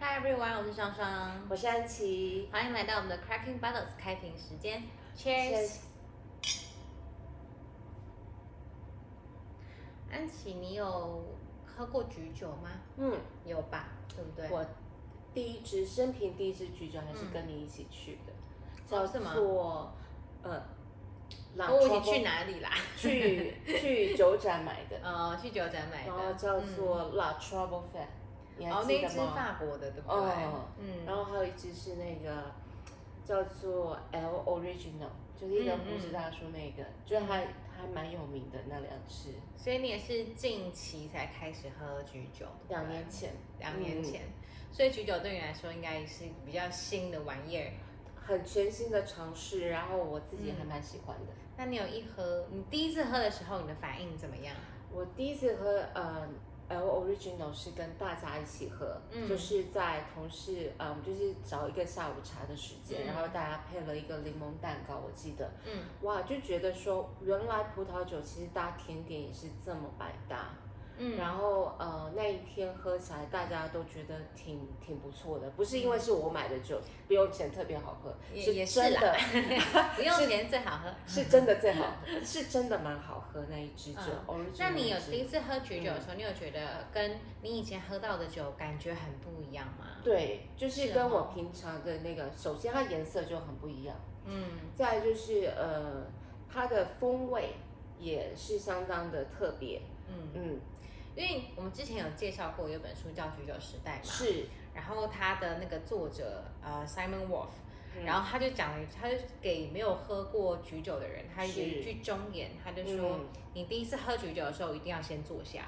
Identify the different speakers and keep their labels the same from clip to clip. Speaker 1: Hi everyone，我是双双，
Speaker 2: 我是安琪。
Speaker 1: 欢迎来到我们的 Cracking Bottles 开瓶时间。
Speaker 2: Cheers
Speaker 1: 安琪，你有喝过橘酒吗？
Speaker 2: 嗯，
Speaker 1: 有吧，对不对？
Speaker 2: 我第一支生平第一支举酒还是跟你一起去的，
Speaker 1: 哦
Speaker 2: 叫
Speaker 1: 是吗
Speaker 2: 做呃，
Speaker 1: 哦我问你去哪里啦？
Speaker 2: 去去酒展买的，
Speaker 1: 呃，去酒展买的，
Speaker 2: 然后叫
Speaker 1: 嗯
Speaker 2: 做 La Trouble Fan，你还
Speaker 1: 哦，那
Speaker 2: 记
Speaker 1: 一
Speaker 2: 得
Speaker 1: 支
Speaker 2: 吗？
Speaker 1: 法国的，对不对？
Speaker 2: 哦
Speaker 1: 嗯，
Speaker 2: 然后还有一支是那个叫做 L Original，就是一个
Speaker 1: 嗯嗯
Speaker 2: 胡子大叔那
Speaker 1: 嗯
Speaker 2: 个，就是还还蛮有名的那两支，
Speaker 1: 所以你也是近期才开始喝橘酒，对不对
Speaker 2: 两年前
Speaker 1: 两年前，所以橘酒对你来说应该是比较新的玩意儿。
Speaker 2: 嗯很全新的尝试，然后我自
Speaker 1: 嗯
Speaker 2: 己还蛮喜欢的。
Speaker 1: 那你有一喝，你第一次喝的时候，你的反应怎么样？啊
Speaker 2: 我第一次喝呃 L Original 是跟大家一起喝，
Speaker 1: 嗯
Speaker 2: 就是在同事呃，我们就是找一个下午茶的时间，
Speaker 1: 嗯
Speaker 2: 然后大家配了一个柠檬蛋糕，我记得，
Speaker 1: 嗯，
Speaker 2: 哇，就觉得说原来葡萄酒其实搭甜点也是这么百搭。
Speaker 1: 嗯
Speaker 2: 然后呃那一天喝起来，大家都觉得挺挺不错的，不是因为是我买的酒，不用钱特别好喝，
Speaker 1: 嗯也也是
Speaker 2: 真 的
Speaker 1: 啦不用钱最好喝。
Speaker 2: 是真的最好喝，是真的蛮好喝那一支酒。original
Speaker 1: 嗯那你有
Speaker 2: 那支
Speaker 1: 第一次喝橘酒
Speaker 2: 嗯
Speaker 1: 的时候，你有觉得跟你以前喝到的酒感觉很不一样吗？
Speaker 2: 对，就是
Speaker 1: 是
Speaker 2: 跟
Speaker 1: 哦
Speaker 2: 我平常的那个，首先它颜色就很不一样，
Speaker 1: 嗯
Speaker 2: 再来就是呃，它的风味也是相当的特别，
Speaker 1: 嗯，
Speaker 2: 嗯，
Speaker 1: 因为我们之前有介绍过有本书叫《橘酒时代》嘛，
Speaker 2: 是，
Speaker 1: 然后他的那个作者呃 Simon Wolf，、
Speaker 2: 嗯
Speaker 1: 然后他就讲了，他就给没有喝过橘酒的人，他有
Speaker 2: 是
Speaker 1: 一句忠言，他就说、
Speaker 2: 嗯
Speaker 1: 你第一次喝橘酒的时候一定要先坐下，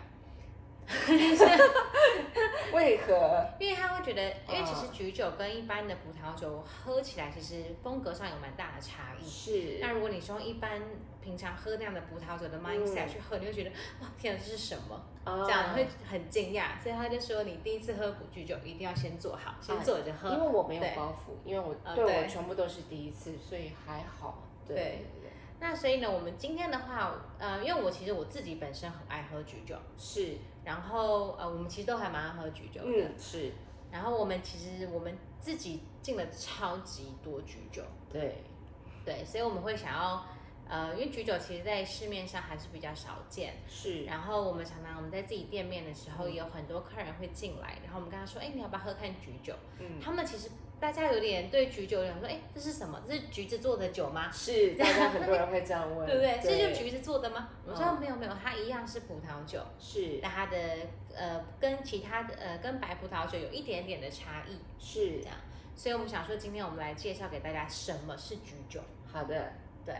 Speaker 2: 为 何？
Speaker 1: 因为他会觉得，因为其实
Speaker 2: 哦
Speaker 1: 橘酒跟一般的葡萄酒喝起来其实风格上有蛮大的差异。
Speaker 2: 是，
Speaker 1: 那如果你是用一般平常喝那样的葡萄酒的 mindset 去喝，你会觉得哇天啊这是什么？
Speaker 2: 啊
Speaker 1: 这样你会很惊讶。所以他就说你第一次喝橘酒一定要先坐好，先坐着
Speaker 2: 因
Speaker 1: 喝。
Speaker 2: 为我没有
Speaker 1: 对
Speaker 2: 包袱，因为我
Speaker 1: 啊
Speaker 2: 对
Speaker 1: 对
Speaker 2: 我全部都是第一次，所以还好，对
Speaker 1: 对那所以呢，我们今天的话，呃，因为我其实我自己本身很爱喝橘酒，
Speaker 2: 是，
Speaker 1: 然后呃，我们其实都还蛮爱喝橘酒的。
Speaker 2: 嗯，是，
Speaker 1: 然后我们其实我们自己进了超级多橘酒，
Speaker 2: 对，
Speaker 1: 对，所以我们会想要，呃，因为橘酒其实在市面上还是比较少见。
Speaker 2: 是，嗯
Speaker 1: 然后我们常常我们在自己店面的时候，也有很多客人会进来，然后我们跟他说，哎，你要不要喝看橘酒？
Speaker 2: 嗯，
Speaker 1: 他们其实大家有点对橘酒有点说，哎，这是什么？这是橘子做的酒吗？
Speaker 2: 是，大家很多人会这样问，
Speaker 1: 对不对？这就是
Speaker 2: 对
Speaker 1: 橘子做的吗？我说、
Speaker 2: 嗯
Speaker 1: 没有没有，它一样是葡萄酒，
Speaker 2: 是
Speaker 1: 那它的呃跟其他的呃跟白葡萄酒有一点点的差异，
Speaker 2: 是
Speaker 1: 这样。所以我们想说，今天我们来介绍给大家什么是橘酒。
Speaker 2: 好的。
Speaker 1: 对，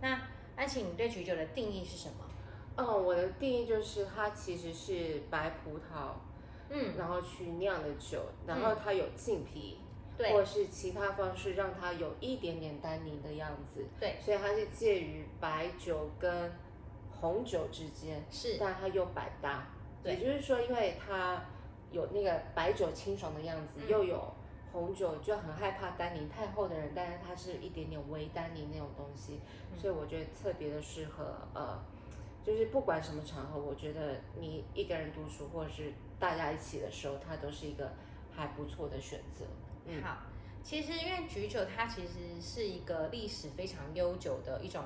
Speaker 1: 那安琪，你对橘酒的定义是什么？
Speaker 2: 嗯，我的定义就是它其实是白葡萄，
Speaker 1: 嗯，
Speaker 2: 然后去酿的酒，然后它有浸皮，
Speaker 1: 对
Speaker 2: 或是其他方式让它有一点点单宁的样子，
Speaker 1: 对，
Speaker 2: 所以它是介于白酒跟红酒之间，
Speaker 1: 是，
Speaker 2: 但它又百搭。
Speaker 1: 对
Speaker 2: 也就是说，因为它有那个白酒清爽的样子，
Speaker 1: 嗯
Speaker 2: 又有红酒就很害怕单宁太厚的人，但是它是一点点微单宁那种东西，
Speaker 1: 嗯
Speaker 2: 所以我觉得特别的适合呃，就是不管什么场合，我觉得你一个人独处或者是大家一起的时候，它都是一个还不错的选择。嗯
Speaker 1: 好。其实因为橘酒它其实是一个历史非常悠久的一种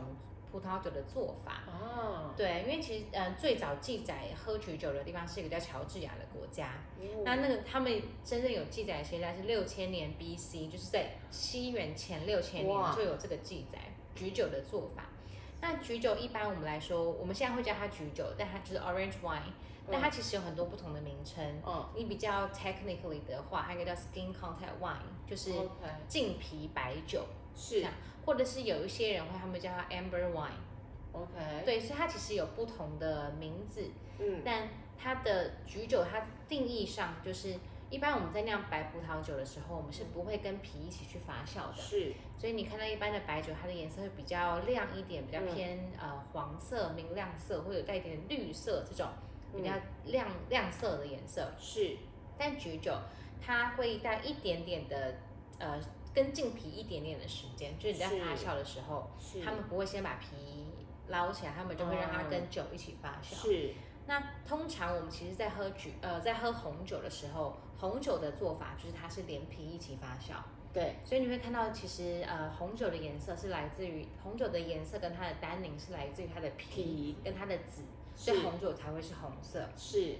Speaker 1: 葡萄酒的做法。
Speaker 2: 啊，
Speaker 1: 对，因为其实呃最早记载喝橘酒的地方是一个叫乔治亚的国家，
Speaker 2: 哦
Speaker 1: 那那个他们真正有记载的现在是六千年 BC，就是在西元前六千年
Speaker 2: 哇
Speaker 1: 就有这个记载橘酒的做法。那橘酒一般我们来说，我们现在会叫它橘酒，但它就是 orange wine，但它其实有很多不同的名称。
Speaker 2: 嗯
Speaker 1: 你比较 technically 的话，它应该叫 skin contact wine，就是
Speaker 2: ，OK，
Speaker 1: 浸皮白酒，这
Speaker 2: 哦是
Speaker 1: 样或者是有一些人会他们叫它 amber wine。
Speaker 2: OK，
Speaker 1: 对，所以它其实有不同的名字。
Speaker 2: 嗯
Speaker 1: 但它的橘酒，它定义上就是，一般我们在酿白葡萄酒的时候，我们是不会跟皮一起去发酵的。
Speaker 2: 是
Speaker 1: 所以你看到一般的白酒，它的颜色会比较亮一点，比较
Speaker 2: 嗯
Speaker 1: 偏、呃黄色、明亮色，或者带一点绿色这种
Speaker 2: 嗯
Speaker 1: 比较亮、亮色的颜色。
Speaker 2: 是
Speaker 1: 但橘酒它会带一点点的呃跟浸皮一点点的时间，就是你在
Speaker 2: 是
Speaker 1: 发酵的时候，
Speaker 2: 是
Speaker 1: 他们不会先把皮捞起来，他们就会让它
Speaker 2: 嗯
Speaker 1: 跟酒一起发酵。
Speaker 2: 是
Speaker 1: 那通常我们其实，在喝橘呃，在喝红酒的时候，红酒的做法就是它是连皮一起发酵，
Speaker 2: 对，
Speaker 1: 所以你会看到其实呃，红酒的颜色是来自于红酒的颜色跟它的单宁是来自于它的皮
Speaker 2: 皮
Speaker 1: 跟它的籽，所
Speaker 2: 是
Speaker 1: 以红酒才会是红色。
Speaker 2: 是，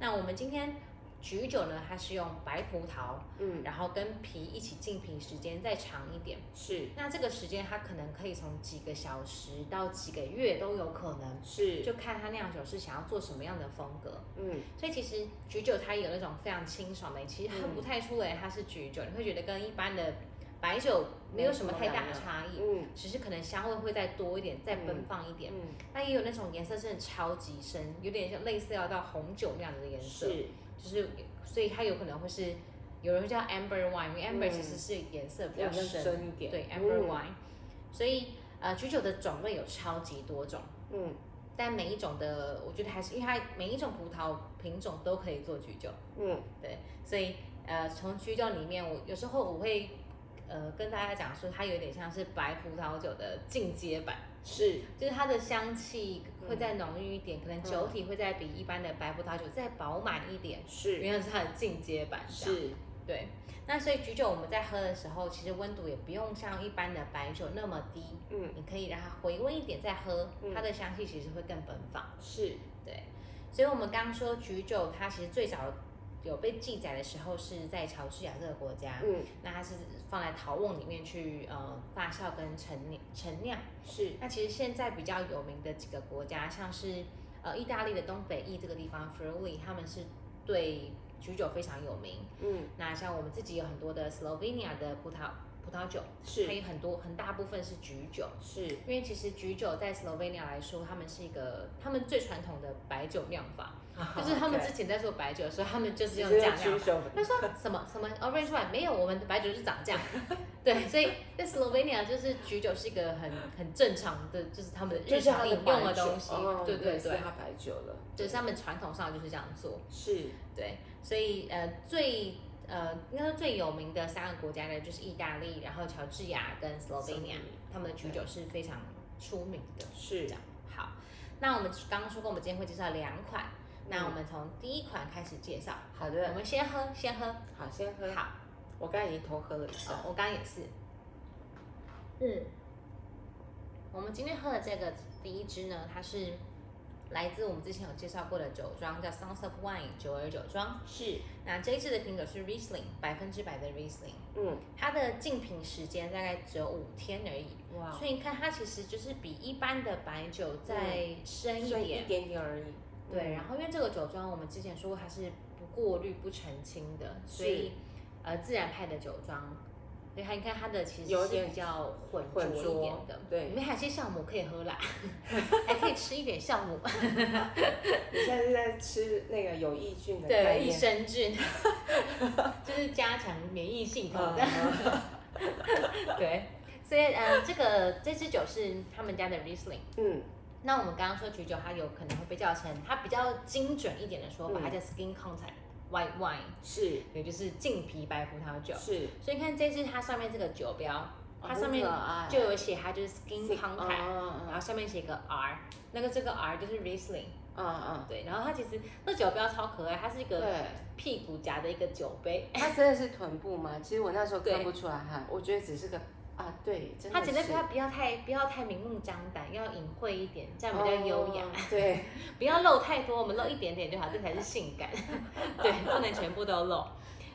Speaker 1: 那我们今天橘酒呢，它是用白葡萄，
Speaker 2: 嗯，
Speaker 1: 然后跟皮一起浸皮，时间再长一点。
Speaker 2: 是
Speaker 1: 那这个时间它可能可以从几个小时到几个月都有可能，
Speaker 2: 是，
Speaker 1: 就看它酿酒是想要做什么样的风格。
Speaker 2: 嗯，
Speaker 1: 所以其实橘酒它有那种非常清爽的，其实喝
Speaker 2: 嗯
Speaker 1: 不太出来它是橘酒，你会觉得跟一般的白酒没有什么太大的差异，
Speaker 2: 嗯，
Speaker 1: 只是可能香味会再多一点，再奔放一点。
Speaker 2: 嗯，
Speaker 1: 那也有那种颜色真的超级深，有点像类似要到红酒那样子的颜色，
Speaker 2: 是，
Speaker 1: 就是所以它有可能会是有人会叫 amber wine，因为 amber
Speaker 2: 嗯
Speaker 1: 其实是颜色比
Speaker 2: 要
Speaker 1: 较
Speaker 2: 更
Speaker 1: 深，
Speaker 2: 深一点，
Speaker 1: 对
Speaker 2: 嗯
Speaker 1: amber wine，、所以呃橘酒的种类有超级多种。
Speaker 2: 嗯，
Speaker 1: 但每一种的，我觉得还是因为它每一种葡萄品种都可以做橘酒，
Speaker 2: 嗯，
Speaker 1: 所以呃，从橘酒里面，我有时候我会呃跟大家讲说，它有点像是白葡萄酒的进阶版，
Speaker 2: 是，
Speaker 1: 就是它的香气会再浓郁一点，可能
Speaker 2: 嗯
Speaker 1: 酒体会再比一般的白葡萄酒再饱满一点，
Speaker 2: 是，
Speaker 1: 原来是它的进阶版这样。
Speaker 2: 是，
Speaker 1: 对，那所以橘酒我们在喝的时候，其实温度也不用像一般的白酒那么低，
Speaker 2: 嗯，
Speaker 1: 你可以让它回温一点再喝，
Speaker 2: 嗯
Speaker 1: 它的香气其实会更奔放。
Speaker 2: 是，
Speaker 1: 对，所以我们刚刚说橘酒，它其实最早有被记载的时候是在乔治亚这个国家，
Speaker 2: 嗯，
Speaker 1: 那它是放在陶瓮里面去呃发酵跟陈酿陈酿。
Speaker 2: 是，
Speaker 1: 那其实现在比较有名的几个国家，像是呃意大利的东北翼这个地方 f r u l i 他们是对橘酒非常有名。
Speaker 2: 嗯，
Speaker 1: 那像我们自己有很多的 Slovenia 的葡萄葡萄酒，它
Speaker 2: 是，
Speaker 1: 有很多很大部分是橘酒。
Speaker 2: 是，
Speaker 1: 因为其实橘酒在 Slovenia 来说，他们是一个他们最传统的白酒酿法，
Speaker 2: 啊
Speaker 1: 就是他们之前在做白酒的时候，他们就是用这样酿
Speaker 2: 用
Speaker 1: 法。
Speaker 2: 手，
Speaker 1: 他说什么什么 orange wine 没有，我们的白酒是长这 样。对，所以在 Slovenia 就是橘酒是一个很很正常的，就是他们的
Speaker 2: 就
Speaker 1: 日
Speaker 2: 是它
Speaker 1: 常
Speaker 2: 的
Speaker 1: 饮
Speaker 2: 白
Speaker 1: 用的
Speaker 2: 酒
Speaker 1: 东西。
Speaker 2: 哦
Speaker 1: 对对
Speaker 2: 是
Speaker 1: 对，
Speaker 2: 它白酒了，
Speaker 1: 就是他们传统上就是这样做。
Speaker 2: 是，
Speaker 1: 对，所以呃最呃应该说最有名的三个国家呢，就是意大利，然后乔治亚跟 Slovenia，他们的橘酒是非常出名的。
Speaker 2: 是
Speaker 1: 这，样。好，那我们刚刚说过，我们今天会介绍两款。那我们从第一款开始介绍，
Speaker 2: 嗯好
Speaker 1: 我
Speaker 2: 的，
Speaker 1: 们先喝，先喝。
Speaker 2: 好，先喝，
Speaker 1: 好，
Speaker 2: 我刚才已经偷喝了一下
Speaker 1: 哦，我刚刚也是。嗯，我们今天喝的这个第一支呢，它是来自我们之前有介绍过的酒庄，叫 Sons of Wine 九二酒庄。
Speaker 2: 是，
Speaker 1: 那这一支的品种是 Riesling，百分之百的 Riesling。
Speaker 2: 嗯，
Speaker 1: 它的竞品时间大概只有五天而已，
Speaker 2: 哇，哦
Speaker 1: 所以你看它其实就是比一般的白酒再深一
Speaker 2: 所以
Speaker 1: 点
Speaker 2: 嗯一，点点而已，
Speaker 1: 对，
Speaker 2: 嗯
Speaker 1: 然后因为这个酒庄我们之前说过它是不过滤、不澄清的，所以呃自然派的酒庄，所以它你看它的其实
Speaker 2: 有
Speaker 1: 是
Speaker 2: 点
Speaker 1: 比较浑
Speaker 2: 混
Speaker 1: 浊一点的。里
Speaker 2: 对，
Speaker 1: 面还有一些酵母可以 喝啦，还可以吃一点酵母，
Speaker 2: 你现在是在吃那个有益菌的概
Speaker 1: 对，益
Speaker 2: 念，
Speaker 1: 生菌， 就是加强免疫系统的。
Speaker 2: 嗯
Speaker 1: 对，所以呃，这个这支酒是他们家的 Riesling。
Speaker 2: 嗯，
Speaker 1: 那我们刚刚说橘酒，它有可能会被叫成它比较精准一点的说法，
Speaker 2: 嗯
Speaker 1: 它叫 skin contact white wine。
Speaker 2: 是
Speaker 1: 也就是净皮白葡萄酒。
Speaker 2: 是，
Speaker 1: 所以你看这次它上面这个酒标，它
Speaker 2: 哦很
Speaker 1: 上面
Speaker 2: 可爱
Speaker 1: 就有写它就是 skin
Speaker 2: 嗯
Speaker 1: contact，然后
Speaker 2: 嗯
Speaker 1: 上面写个 R，那个这个 R 就是 Riesling，
Speaker 2: 嗯嗯，
Speaker 1: 对，然后它其实那酒标超可爱，它是一个
Speaker 2: 对。
Speaker 1: 屁股夹的一个酒杯，
Speaker 2: 它真的是臀部吗？其实我那时候
Speaker 1: 对
Speaker 2: 看不出来哈，我觉得只是个啊，对，真的
Speaker 1: 它
Speaker 2: 是
Speaker 1: 觉得不要不要太不要太明目张胆，要隐晦一点，这样比较优雅，
Speaker 2: 哦对，
Speaker 1: 不要露太多，我们露一点点就好，这才是性 感，对，不能全部都露。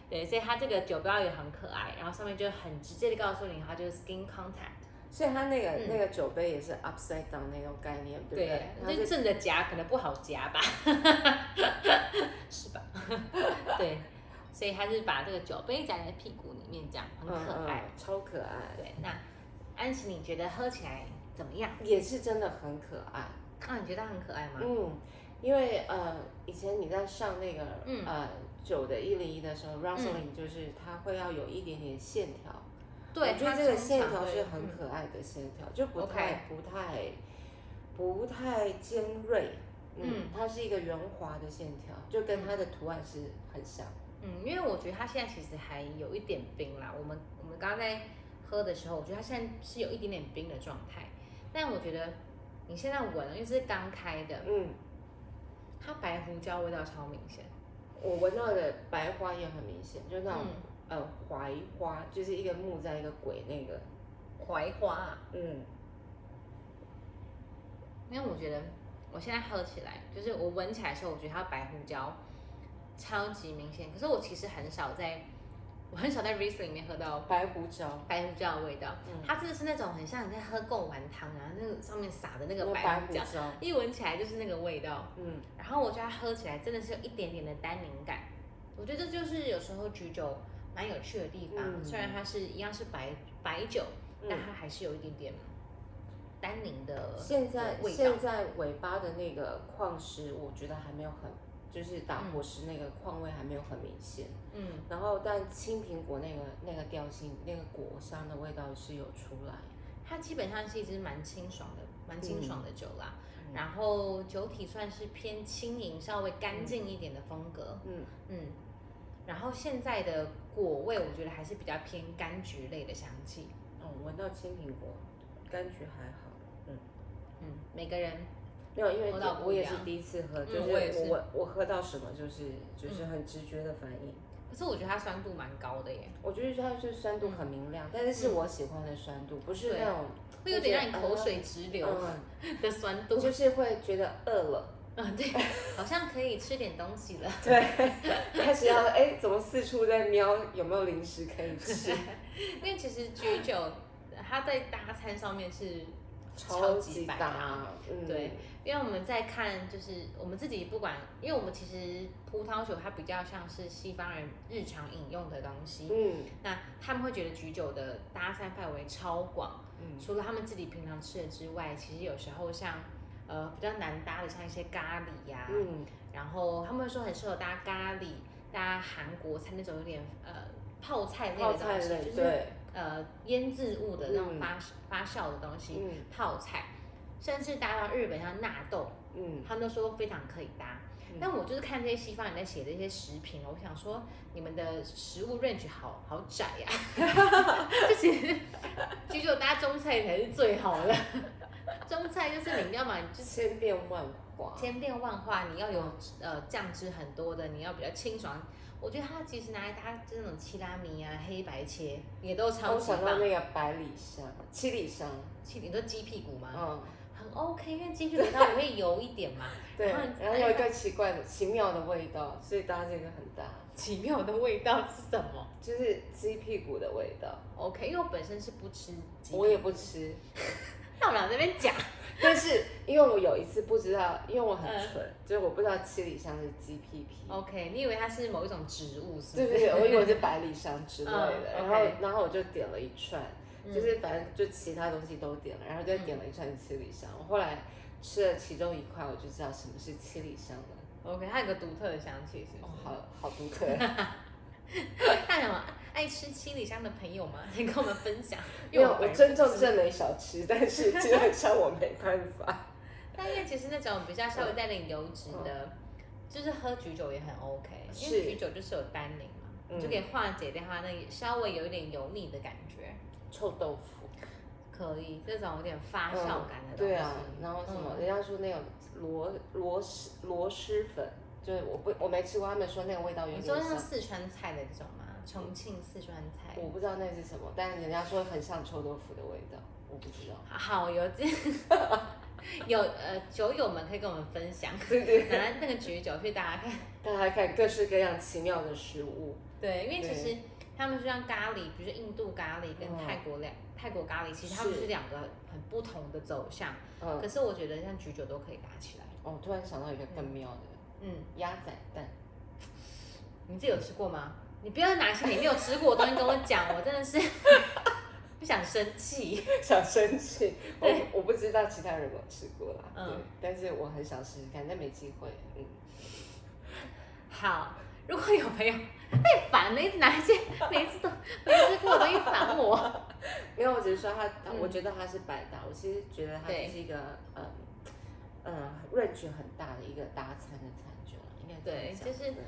Speaker 1: 对，所以它这个酒标也很可爱，然后上面就很直接的告诉你，它就是 skin contact。
Speaker 2: 所以它那个、
Speaker 1: 嗯
Speaker 2: 那个酒杯也是 upside down 那种概念，对不
Speaker 1: 对
Speaker 2: 对？，它
Speaker 1: 就是正着夹可能不好夹 吧，是吧？ 对，所以他是把这个酒杯夹在屁股里面，这样很可爱
Speaker 2: 嗯。嗯，超可爱，
Speaker 1: 对，那安琪，你觉得喝起来怎么样？
Speaker 2: 也是真的很可爱。
Speaker 1: 啊，你觉得它很可爱吗？
Speaker 2: 嗯，因为呃，以前你在上那个、
Speaker 1: 嗯
Speaker 2: 呃酒的一零一的时候 r o s l i n 就是它会要有一点点线条，
Speaker 1: 对，
Speaker 2: 我觉得
Speaker 1: 它
Speaker 2: 这个
Speaker 1: 通常
Speaker 2: 线条
Speaker 1: 会
Speaker 2: 是很
Speaker 1: 嗯
Speaker 2: 可爱的线条，就不太不太不太尖锐。
Speaker 1: 嗯
Speaker 2: 嗯，它是一个圆滑的线条，就跟它的图案是很像。
Speaker 1: 嗯，因为我觉得它现在其实还有一点冰啦。我们我们刚刚在喝的时候，我觉得它现在是有一点点冰的状态，但我觉得你现在闻，因为这是刚开的，
Speaker 2: 嗯，
Speaker 1: 它白胡椒味道超明显，
Speaker 2: 我闻到的白花也很明显，就那种、
Speaker 1: 嗯，
Speaker 2: 呃槐花，就是一个木在一个鬼那个，
Speaker 1: 槐花、啊。
Speaker 2: 嗯，
Speaker 1: 因为我觉得我现在喝起来，就是我闻起来的时候，我觉得它白胡椒超级明显。可是我其实很少在，我很少在 Riesling 里面喝到
Speaker 2: 白胡椒，
Speaker 1: 白胡椒的味道。
Speaker 2: 嗯，
Speaker 1: 它这个是那种很像你在喝贡丸汤啊，那个上面撒的那个
Speaker 2: 那
Speaker 1: 白
Speaker 2: 白
Speaker 1: 胡
Speaker 2: 胡
Speaker 1: 椒，
Speaker 2: 椒，
Speaker 1: 一闻起来就是那个味道。
Speaker 2: 嗯，
Speaker 1: 然后我觉得它喝起来真的是有一点点的单宁感。我觉得这就是有时候居酒蛮有趣的地方，
Speaker 2: 嗯
Speaker 1: 虽然它是一样是白白酒，
Speaker 2: 嗯
Speaker 1: 但它还是有一点点单宁的
Speaker 2: 现在
Speaker 1: 味道
Speaker 2: 现在尾巴的那个矿石，我觉得还没有很，就是打
Speaker 1: 嗯
Speaker 2: 火石那个矿味还没有很明显。
Speaker 1: 嗯。
Speaker 2: 然后，但青苹果那个那个调性，那个果香的味道是有出来。
Speaker 1: 它基本上是一支蛮清爽的、蛮清爽的酒啦。
Speaker 2: 嗯
Speaker 1: 然后酒体算是偏轻盈、稍微干净一点的风格，
Speaker 2: 嗯，
Speaker 1: 嗯。然后现在的果味，我觉得还是比较偏柑橘类的香气，
Speaker 2: 哦，闻到青苹果，柑橘还好。嗯，
Speaker 1: 嗯。每个人
Speaker 2: 没有，因为
Speaker 1: 味道不
Speaker 2: 我
Speaker 1: 一
Speaker 2: 也
Speaker 1: 样
Speaker 2: 是第一次喝，
Speaker 1: 嗯
Speaker 2: 就是
Speaker 1: 我也是
Speaker 2: 我我我喝到什么就是就是很直觉的反应。
Speaker 1: 可是我觉得它酸度蛮高的耶，嗯
Speaker 2: 我觉得它是酸度很明亮，但是是我喜欢的酸度，不是
Speaker 1: 对
Speaker 2: 那种
Speaker 1: 会有点让你
Speaker 2: 呃
Speaker 1: 口水直 流
Speaker 2: 嗯，
Speaker 1: 的酸
Speaker 2: 我
Speaker 1: 度。
Speaker 2: 就是会觉得饿了。
Speaker 1: 嗯，对，好像可以吃点东西了。
Speaker 2: 开始要哎，怎么四处在瞄有没有零食可以吃？
Speaker 1: 因为其实居酒它在搭餐上面是
Speaker 2: 超
Speaker 1: 级
Speaker 2: 级
Speaker 1: 百
Speaker 2: 搭，嗯，
Speaker 1: 对，因为我们在看，就是我们自己不管，因为我们其实葡萄酒它比较像是西方人日常饮用的东西，
Speaker 2: 嗯
Speaker 1: 那他们会觉得橘酒的搭餐范围超广，
Speaker 2: 嗯
Speaker 1: 除了他们自己平常吃的之外，其实有时候像呃比较难搭的，像一些咖喱呀、
Speaker 2: 嗯，
Speaker 1: 然后他们会说很适合搭咖喱、搭韩国菜那种有点呃泡菜类
Speaker 2: 泡
Speaker 1: 的
Speaker 2: 菜
Speaker 1: 东
Speaker 2: 类
Speaker 1: 西，就是
Speaker 2: 对，
Speaker 1: 呃腌制物的那种
Speaker 2: 嗯
Speaker 1: 发、发酵的东西，
Speaker 2: 嗯
Speaker 1: 泡菜，甚至搭到日本像纳豆。
Speaker 2: 嗯，
Speaker 1: 他们都说非常可以搭。
Speaker 2: 嗯
Speaker 1: 但我就是看这些西方人在写的一些食品，哦我想说你们的食物 range 好好窄呀、 就其实居酒搭中菜才是最好的。 中菜就是你要嘛，就是
Speaker 2: 千变万化，
Speaker 1: 千变万化，你要有呃酱汁很多的，你要比较清爽。我觉得它其实拿来搭这种七拉米啊、黑白切也都超
Speaker 2: 我
Speaker 1: 级
Speaker 2: 想到
Speaker 1: 棒。
Speaker 2: 那个百里香、七里香，
Speaker 1: 其你说鸡屁股吗？
Speaker 2: 嗯，
Speaker 1: 很 OK，因为鸡屁股它也会油一点 嘛，
Speaker 2: 对，
Speaker 1: 然后你哎
Speaker 2: 然后有一个奇怪的、奇妙的味道，所以搭这个很搭，
Speaker 1: 奇妙的味道是什么？
Speaker 2: 就是鸡屁股的味道，
Speaker 1: OK，因为我本身是不吃鸡，
Speaker 2: 我也不吃，
Speaker 1: 那我们俩这边讲，
Speaker 2: 但是因为我有一次不知道，因为我很
Speaker 1: 嗯
Speaker 2: 蠢，就是我不知道七里香是鸡屁屁。
Speaker 1: OK，你以为它是某一种植物是
Speaker 2: 对
Speaker 1: 不
Speaker 2: 对
Speaker 1: 是？
Speaker 2: 对，我以为是百里香之类的，
Speaker 1: 嗯
Speaker 2: 然后
Speaker 1: OK
Speaker 2: 然后我就点了一串，
Speaker 1: 嗯
Speaker 2: 就是反正就其他东西都点了，然后就点了一串七里香。我后来吃了其中一块，我就知道什么是七里香了。
Speaker 1: OK，它有个独特的香气，是
Speaker 2: 哦
Speaker 1: 不是，？
Speaker 2: 好好独特。
Speaker 1: 那有爱吃七里香的朋友吗？ 请跟我们分享，
Speaker 2: 因为我
Speaker 1: 本人
Speaker 2: 尊重
Speaker 1: 不吃
Speaker 2: 这枚小吃，但是基本上我没办法。
Speaker 1: 但因为其实那种比较稍微带点油脂的，就是喝橘酒也很 OK，因为
Speaker 2: 嗯是
Speaker 1: 橘酒就是有单宁嘛，
Speaker 2: 嗯
Speaker 1: 就可以化解掉它那稍微有一点油腻的感觉，
Speaker 2: 臭豆腐，
Speaker 1: 可以这种有点发酵感的东西。
Speaker 2: 对啊，然后什么？人家说那种螺螺蛳螺蛳粉，就是我不我没吃过，他们说那个味道有
Speaker 1: 你
Speaker 2: 点
Speaker 1: 说像
Speaker 2: 像，
Speaker 1: 四川菜的这种吗？重庆四川菜，
Speaker 2: 我不知道那是什么，但是人家说很像臭豆腐的味道，我不知道。
Speaker 1: 好有 这有呃酒友们可以跟我们分享，
Speaker 2: 对对，
Speaker 1: 拿那个橘酒去大家看。
Speaker 2: 大家看各式各样奇妙的食物，
Speaker 1: 对，因为其
Speaker 2: 对
Speaker 1: 实他们就像咖喱，比如说印度咖喱跟
Speaker 2: 嗯
Speaker 1: 泰国两、泰国咖喱，其实他们
Speaker 2: 是
Speaker 1: 是两个很不同的走向。
Speaker 2: 嗯，
Speaker 1: 可是我觉得像橘酒都可以搭起来。
Speaker 2: 哦，突然想到一个更妙的
Speaker 1: 嗯，
Speaker 2: 鸭仔蛋，
Speaker 1: 你自己有吃过吗？你不要拿一些你没有吃过的东西跟我讲，我真 的是不想生气。
Speaker 2: 想生 气，
Speaker 1: 对
Speaker 2: 我我不知道其他人有没有吃过啦，
Speaker 1: 嗯
Speaker 2: 对，但是我很想试试看，但没机会， 嗯，
Speaker 1: 好，如果有朋友太烦了，一直拿一些每次都没吃过的东西烦 我。
Speaker 2: 没有，我只是说它，
Speaker 1: 嗯
Speaker 2: 我觉得它是百搭，我其实觉得它
Speaker 1: 对
Speaker 2: 就是一个嗯嗯 range 很大的一个搭餐的餐酒啦，应该这样
Speaker 1: 对
Speaker 2: 讲
Speaker 1: 就是
Speaker 2: 对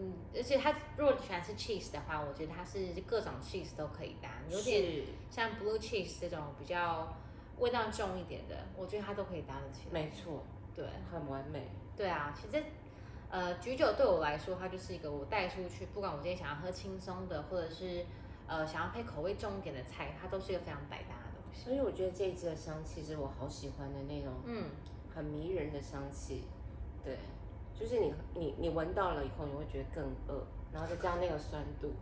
Speaker 1: 嗯，而且它如果你喜欢吃 cheese 的话，我觉得它是各种 cheese 都可以搭，有点
Speaker 2: 是
Speaker 1: 像 blue cheese 这种比较味道重一点的，我觉得它都可以搭得起来。
Speaker 2: 没错，
Speaker 1: 对，
Speaker 2: 很完美，
Speaker 1: 对啊，其实呃，居酒对我来说，它就是一个我带出去，不管我今天想要喝轻松的，或者是呃想要配口味重一点的菜，它都是一个非常百搭的东西。
Speaker 2: 所以我觉得这一支的香气是我好喜欢的那种
Speaker 1: 嗯，
Speaker 2: 很迷人的香气，对，就是你你你闻到了以后，你会觉得更饿，然后再加上那个酸度，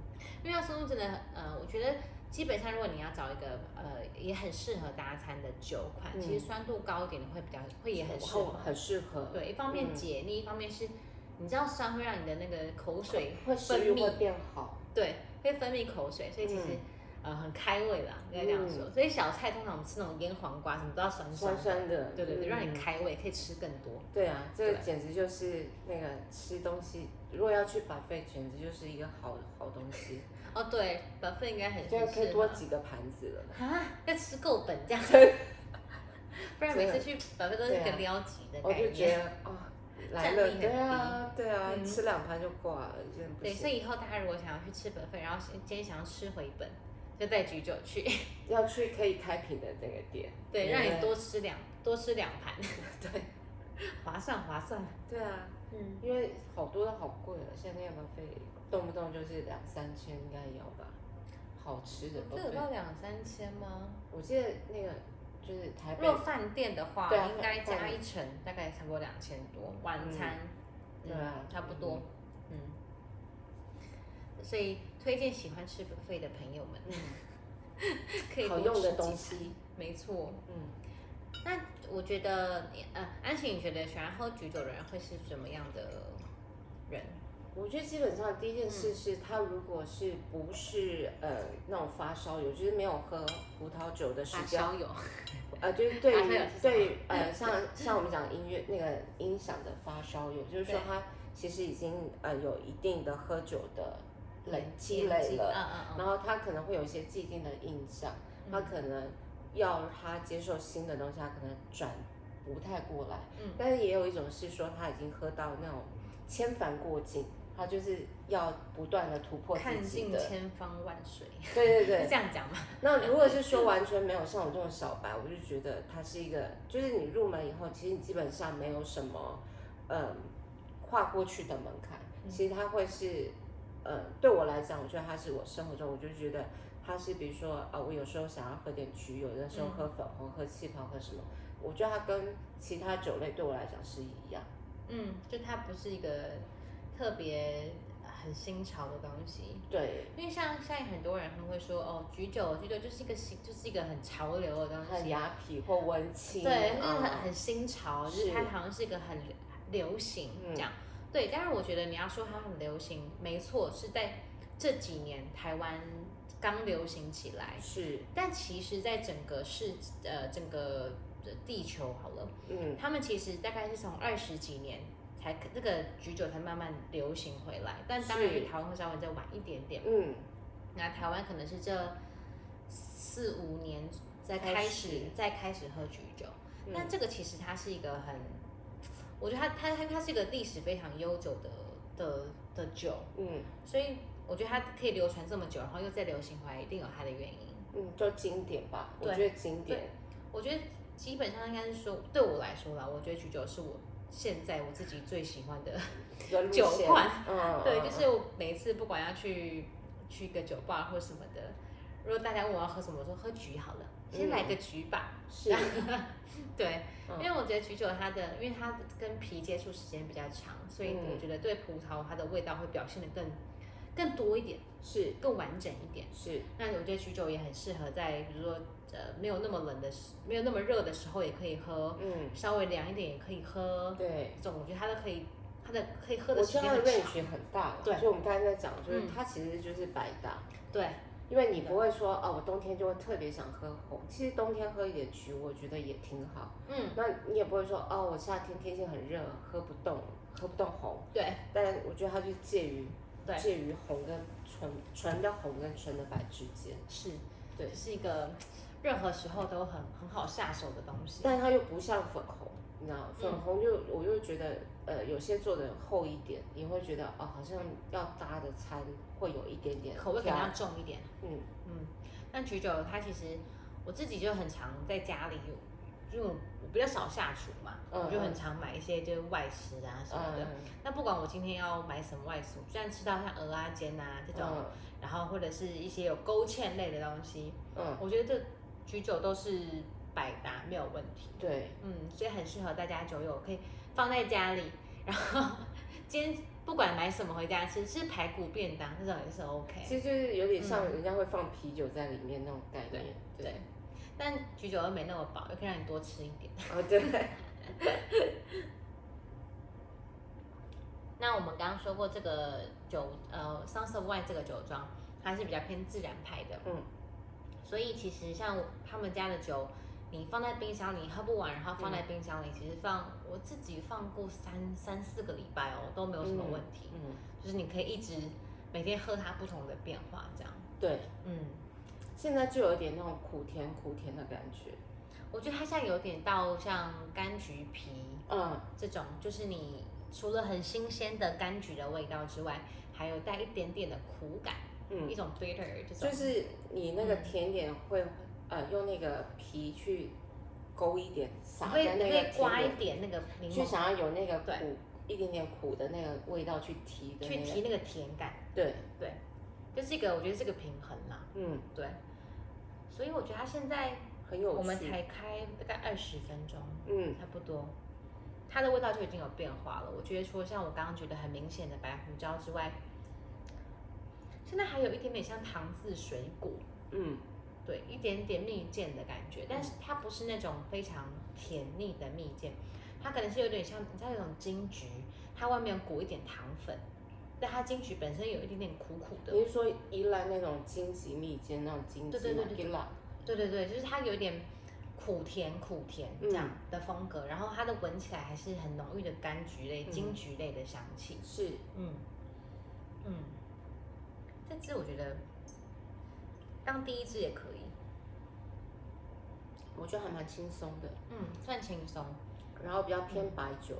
Speaker 1: 因为它松露真的很呃，我觉得基本上如果你要找一个呃也很适合搭餐的酒款，
Speaker 2: 嗯
Speaker 1: 其实酸度高一点的会比较会也很适
Speaker 2: 后
Speaker 1: 合。
Speaker 2: 很适合，
Speaker 1: 对，一方面
Speaker 2: 嗯
Speaker 1: 解腻，一方面是你知道酸会让你的那个口水
Speaker 2: 嗯会食欲
Speaker 1: 分泌
Speaker 2: 会变好，
Speaker 1: 对，会分泌口水，所以其实、
Speaker 2: 嗯
Speaker 1: 呃很开胃啦，应该这样说。所以小菜通常我们吃那种腌黄瓜，什么都要酸
Speaker 2: 酸
Speaker 1: 的
Speaker 2: 酸的，
Speaker 1: 对对对，让你
Speaker 2: 嗯
Speaker 1: 开胃，可以吃更多。
Speaker 2: 对啊，这个
Speaker 1: 对
Speaker 2: 简直就是那个吃东西，如果要去 buffet，简直就是一个好好东西，
Speaker 1: 哦，对，本分应该很
Speaker 2: 就
Speaker 1: 很
Speaker 2: 可以
Speaker 1: 适
Speaker 2: 多
Speaker 1: 合
Speaker 2: 几个盘子了。
Speaker 1: 啊，要吃够本这样， 不然每次去本分都是
Speaker 2: 对啊
Speaker 1: 个撩级的
Speaker 2: 我
Speaker 1: 概
Speaker 2: 就觉
Speaker 1: 念。
Speaker 2: 得啊、来
Speaker 1: 战力
Speaker 2: 了，
Speaker 1: 很
Speaker 2: 对啊，对啊，
Speaker 1: 嗯
Speaker 2: 吃两盘就挂了，真的不
Speaker 1: 对，所
Speaker 2: 行。
Speaker 1: 以以后大家如果想要去吃本分，然后今天想要吃回本，就带菊酒去，
Speaker 2: 要去可以开瓶的那个店，
Speaker 1: 对，让你
Speaker 2: 对
Speaker 1: 多吃两多吃两盘，
Speaker 2: 对
Speaker 1: 划算划算。
Speaker 2: 对啊，
Speaker 1: 嗯，
Speaker 2: 因为好多都好贵了，现在要不要费动不动就是两三千，应该也要吧？好吃的都
Speaker 1: 这有
Speaker 2: 费，
Speaker 1: 到两三千吗？
Speaker 2: 我记得那个就是台北
Speaker 1: 若饭店的话，
Speaker 2: 对啊
Speaker 1: 应该加
Speaker 2: 饭
Speaker 1: 一成，大概差不多两千多，晚餐，
Speaker 2: 嗯对啊
Speaker 1: 差不多，嗯。
Speaker 2: 嗯
Speaker 1: 所以推荐喜欢吃 buffet 的朋友们， 可以
Speaker 2: 嗯好
Speaker 1: 多
Speaker 2: 用的
Speaker 1: 吃
Speaker 2: 东
Speaker 1: 几
Speaker 2: 西，
Speaker 1: 没错。
Speaker 2: 嗯。
Speaker 1: 那我觉得，呃，安琪，你觉得喜欢喝橘酒的人会是什么样的人？
Speaker 2: 我觉得基本上第一件事是，他如果是不是呃那种发烧友，就是没有喝葡萄酒的时
Speaker 1: 发
Speaker 2: 间，
Speaker 1: 烧友，
Speaker 2: 呃，就是对
Speaker 1: 发烧
Speaker 2: 于
Speaker 1: 友是什么
Speaker 2: 对于 呃像像我们讲音乐那个音响的发烧友，就是说
Speaker 1: 对
Speaker 2: 他其实已经呃有一定的喝酒的累积
Speaker 1: 年
Speaker 2: 累
Speaker 1: 纪
Speaker 2: 了，
Speaker 1: 嗯嗯
Speaker 2: 然后他可能会有一些既定的印象，
Speaker 1: 嗯，
Speaker 2: 他可能要他接受新的东西，他可能转不太过来。
Speaker 1: 嗯
Speaker 2: 但是也有一种是说他已经喝到那种千帆过境，他就是要不断的突破
Speaker 1: 看
Speaker 2: 自己
Speaker 1: 尽
Speaker 2: 的。
Speaker 1: 千方万 水，
Speaker 2: 对对
Speaker 1: 是
Speaker 2: 对
Speaker 1: 这。样讲吗？
Speaker 2: 那如果是说完全没有像我这种小白，我就觉得他是一个，就是你入门以后，其实你基本上没有什么，嗯，跨过去的门槛。
Speaker 1: 嗯
Speaker 2: 其实他会是，呃，对我来讲，我觉得他是我生活中，我就觉得他是，比如说啊、我有时候想要喝点橘，有的时候
Speaker 1: 嗯
Speaker 2: 喝粉红、喝气泡、喝什么，我觉得它跟其他酒类对我来讲是一样。
Speaker 1: 嗯，就它不是一个特别很新潮的东西，
Speaker 2: 对，
Speaker 1: 因为像现在很多人他们会说哦，橘酒，橘酒就是一个新，就是一个很潮流的东
Speaker 2: 很
Speaker 1: 西，
Speaker 2: 雅痞或文青，
Speaker 1: 对，就是
Speaker 2: 嗯
Speaker 1: 很很新潮，就是
Speaker 2: 是
Speaker 1: 它好像是一个很流行
Speaker 2: 嗯
Speaker 1: 这样。对，但是我觉得你要说它很流行，没错，是在这几年台湾刚流行起来，
Speaker 2: 是，
Speaker 1: 但其实在整个世呃整个地球好了。
Speaker 2: 嗯，
Speaker 1: 他们其实大概是从二十几年才这个橘酒才慢慢流行回来，但当然
Speaker 2: 是
Speaker 1: 比台湾会稍微再晚一点点。
Speaker 2: 嗯，
Speaker 1: 那台湾可能是这四五年才
Speaker 2: 开
Speaker 1: 开
Speaker 2: 始
Speaker 1: 始再开始喝橘酒，
Speaker 2: 嗯
Speaker 1: 那这个其实它是一个很，我觉得它它它它是一个历史非常悠久的的的酒，
Speaker 2: 嗯
Speaker 1: 所以我觉得它可以流传这么久，然后又再流行回来，一定有它的原因。
Speaker 2: 嗯，就经典吧，我
Speaker 1: 对
Speaker 2: 觉得经典。
Speaker 1: 我觉得基本上应该是说，对我来说啦，我觉得橘酒是我现在我自己最喜欢的
Speaker 2: 的路
Speaker 1: 九
Speaker 2: 线
Speaker 1: 块，
Speaker 2: 嗯，
Speaker 1: 对，
Speaker 2: 嗯
Speaker 1: 就是我每一次不管要去去一个酒吧或什么的，如果大家问我要喝什么，我说喝橘好了，先来个橘吧。
Speaker 2: 是，
Speaker 1: 对，
Speaker 2: 嗯
Speaker 1: 因为我觉得橘酒它的，因为它跟皮接触时间比较长，所以
Speaker 2: 嗯
Speaker 1: 我觉得对葡萄它的味道会表现的更更多一点，
Speaker 2: 是
Speaker 1: 更完整一点。
Speaker 2: 是，
Speaker 1: 那我觉得橘酒也很适合在，比如说呃没有那么冷的时，没有那么热的时候也可以喝，
Speaker 2: 嗯，
Speaker 1: 稍微凉一点也可以喝。
Speaker 2: 对。
Speaker 1: 这种我觉得它都可以，它的可嗯以喝
Speaker 2: 我
Speaker 1: 的时
Speaker 2: 觉
Speaker 1: 间
Speaker 2: 得它的
Speaker 1: 很长。
Speaker 2: range 很大了，
Speaker 1: 对
Speaker 2: 就我们刚才在讲，就是
Speaker 1: 嗯
Speaker 2: 它其实就是百搭，
Speaker 1: 对，
Speaker 2: 因为你不会说哦，我冬天就会特别想喝红，其实冬天喝一点橘，我觉得也挺好。
Speaker 1: 嗯，
Speaker 2: 那你也不会说哦，我夏天天气很热，喝不动，喝不动红。
Speaker 1: 对。
Speaker 2: 但我觉得它就是介于
Speaker 1: 对
Speaker 2: 介于红跟纯纯的红跟纯的白之间，
Speaker 1: 是，
Speaker 2: 对
Speaker 1: 就是一个嗯任何时候都很很好下手的东西。
Speaker 2: 但它又不像粉红，你知道，
Speaker 1: 嗯
Speaker 2: 粉红就、我又觉得，呃，有些做的厚一点，你会觉得哦，好像要搭的餐会有一点点
Speaker 1: 口味可能
Speaker 2: 挑
Speaker 1: 要重一点。
Speaker 2: 嗯
Speaker 1: 嗯，但橘酒它其实我自己就很常在家里因为我我比较少下厨嘛，
Speaker 2: 嗯
Speaker 1: 我就很
Speaker 2: 嗯
Speaker 1: 常买一些就是外食啊什么的。
Speaker 2: 嗯，
Speaker 1: 那不管我今天要买什么外食，我虽然吃到像鹅啊、煎啊这种，
Speaker 2: 嗯
Speaker 1: 然后或者是一些有勾芡类的东西，
Speaker 2: 嗯，
Speaker 1: 我觉得这居酒都是百搭，没有问题。
Speaker 2: 对，
Speaker 1: 嗯，所以很适合大家酒友可以放在家里，然后 今天不管买什么回家吃，吃排骨便当这种也是 OK。
Speaker 2: 其实就是有点像
Speaker 1: 嗯
Speaker 2: 人家会放啤酒在里面那种概念，
Speaker 1: 对，但居酒又没那么饱，又可以让你多吃一点。
Speaker 2: 哦 对，
Speaker 1: 那我们刚刚说过这个酒，呃，Sounds of Wine 这个酒庄，它是比较偏自然派的，
Speaker 2: 嗯，
Speaker 1: 所以其实像他们家的酒，你放在冰箱里喝不完，然后放在
Speaker 2: 嗯
Speaker 1: 冰箱里，其实放我自己放过三三四个礼拜哦，都没有什么问题，
Speaker 2: 嗯，
Speaker 1: 就是你可以一直每天喝它不同的变化，这样，
Speaker 2: 对，
Speaker 1: 嗯，
Speaker 2: 现在就有点那种苦甜苦甜的感觉，
Speaker 1: 我觉得它现在有点到像柑橘皮
Speaker 2: 嗯，
Speaker 1: 这种，就是你除了很新鲜的柑橘的味道之外，还有带一点点的苦感。
Speaker 2: 嗯
Speaker 1: 一种 bitter 这种，
Speaker 2: 就是你那个甜点会、呃用那个皮去勾一点，撒
Speaker 1: 会
Speaker 2: 在那
Speaker 1: 会
Speaker 2: 个
Speaker 1: 刮一
Speaker 2: 甜
Speaker 1: 点那个柠
Speaker 2: 点，去
Speaker 1: 檬，
Speaker 2: 想要有那个
Speaker 1: 对
Speaker 2: 苦一点点苦的那个味道去提的、那
Speaker 1: 去
Speaker 2: 个
Speaker 1: 提那个甜感，
Speaker 2: 对，
Speaker 1: 就是一个我觉得是个平衡啦，
Speaker 2: 嗯，
Speaker 1: 对。所以我觉得他现在
Speaker 2: 很有趣。
Speaker 1: 我们才开大概二十分钟，
Speaker 2: 嗯
Speaker 1: 差不多，它的味道就已经有变化了。我觉得除了像我刚刚觉得很明显的白胡椒之外，现在还有一点点像糖渍水果，
Speaker 2: 嗯
Speaker 1: 对，一点点蜜饯的感觉，但是它不是那种非常甜腻的蜜饯，它可能是有点像你知道那种金桔，它外面裹一点糖粉，但它金桔本身有一点点苦苦的，
Speaker 2: 你是说宜兰那种荆棘蜜饯那种荆棘
Speaker 1: 对对对对对
Speaker 2: 给辣，
Speaker 1: 对对对，就是它有一点苦甜苦甜这样的风格，然后它的闻起来还是很浓郁的柑橘类、
Speaker 2: 嗯
Speaker 1: 金桔类的香气，
Speaker 2: 是
Speaker 1: 嗯嗯，这支我觉得当第一支也可以，
Speaker 2: 我觉得还蛮轻松的，
Speaker 1: 嗯，算轻松，
Speaker 2: 然后比较偏白酒，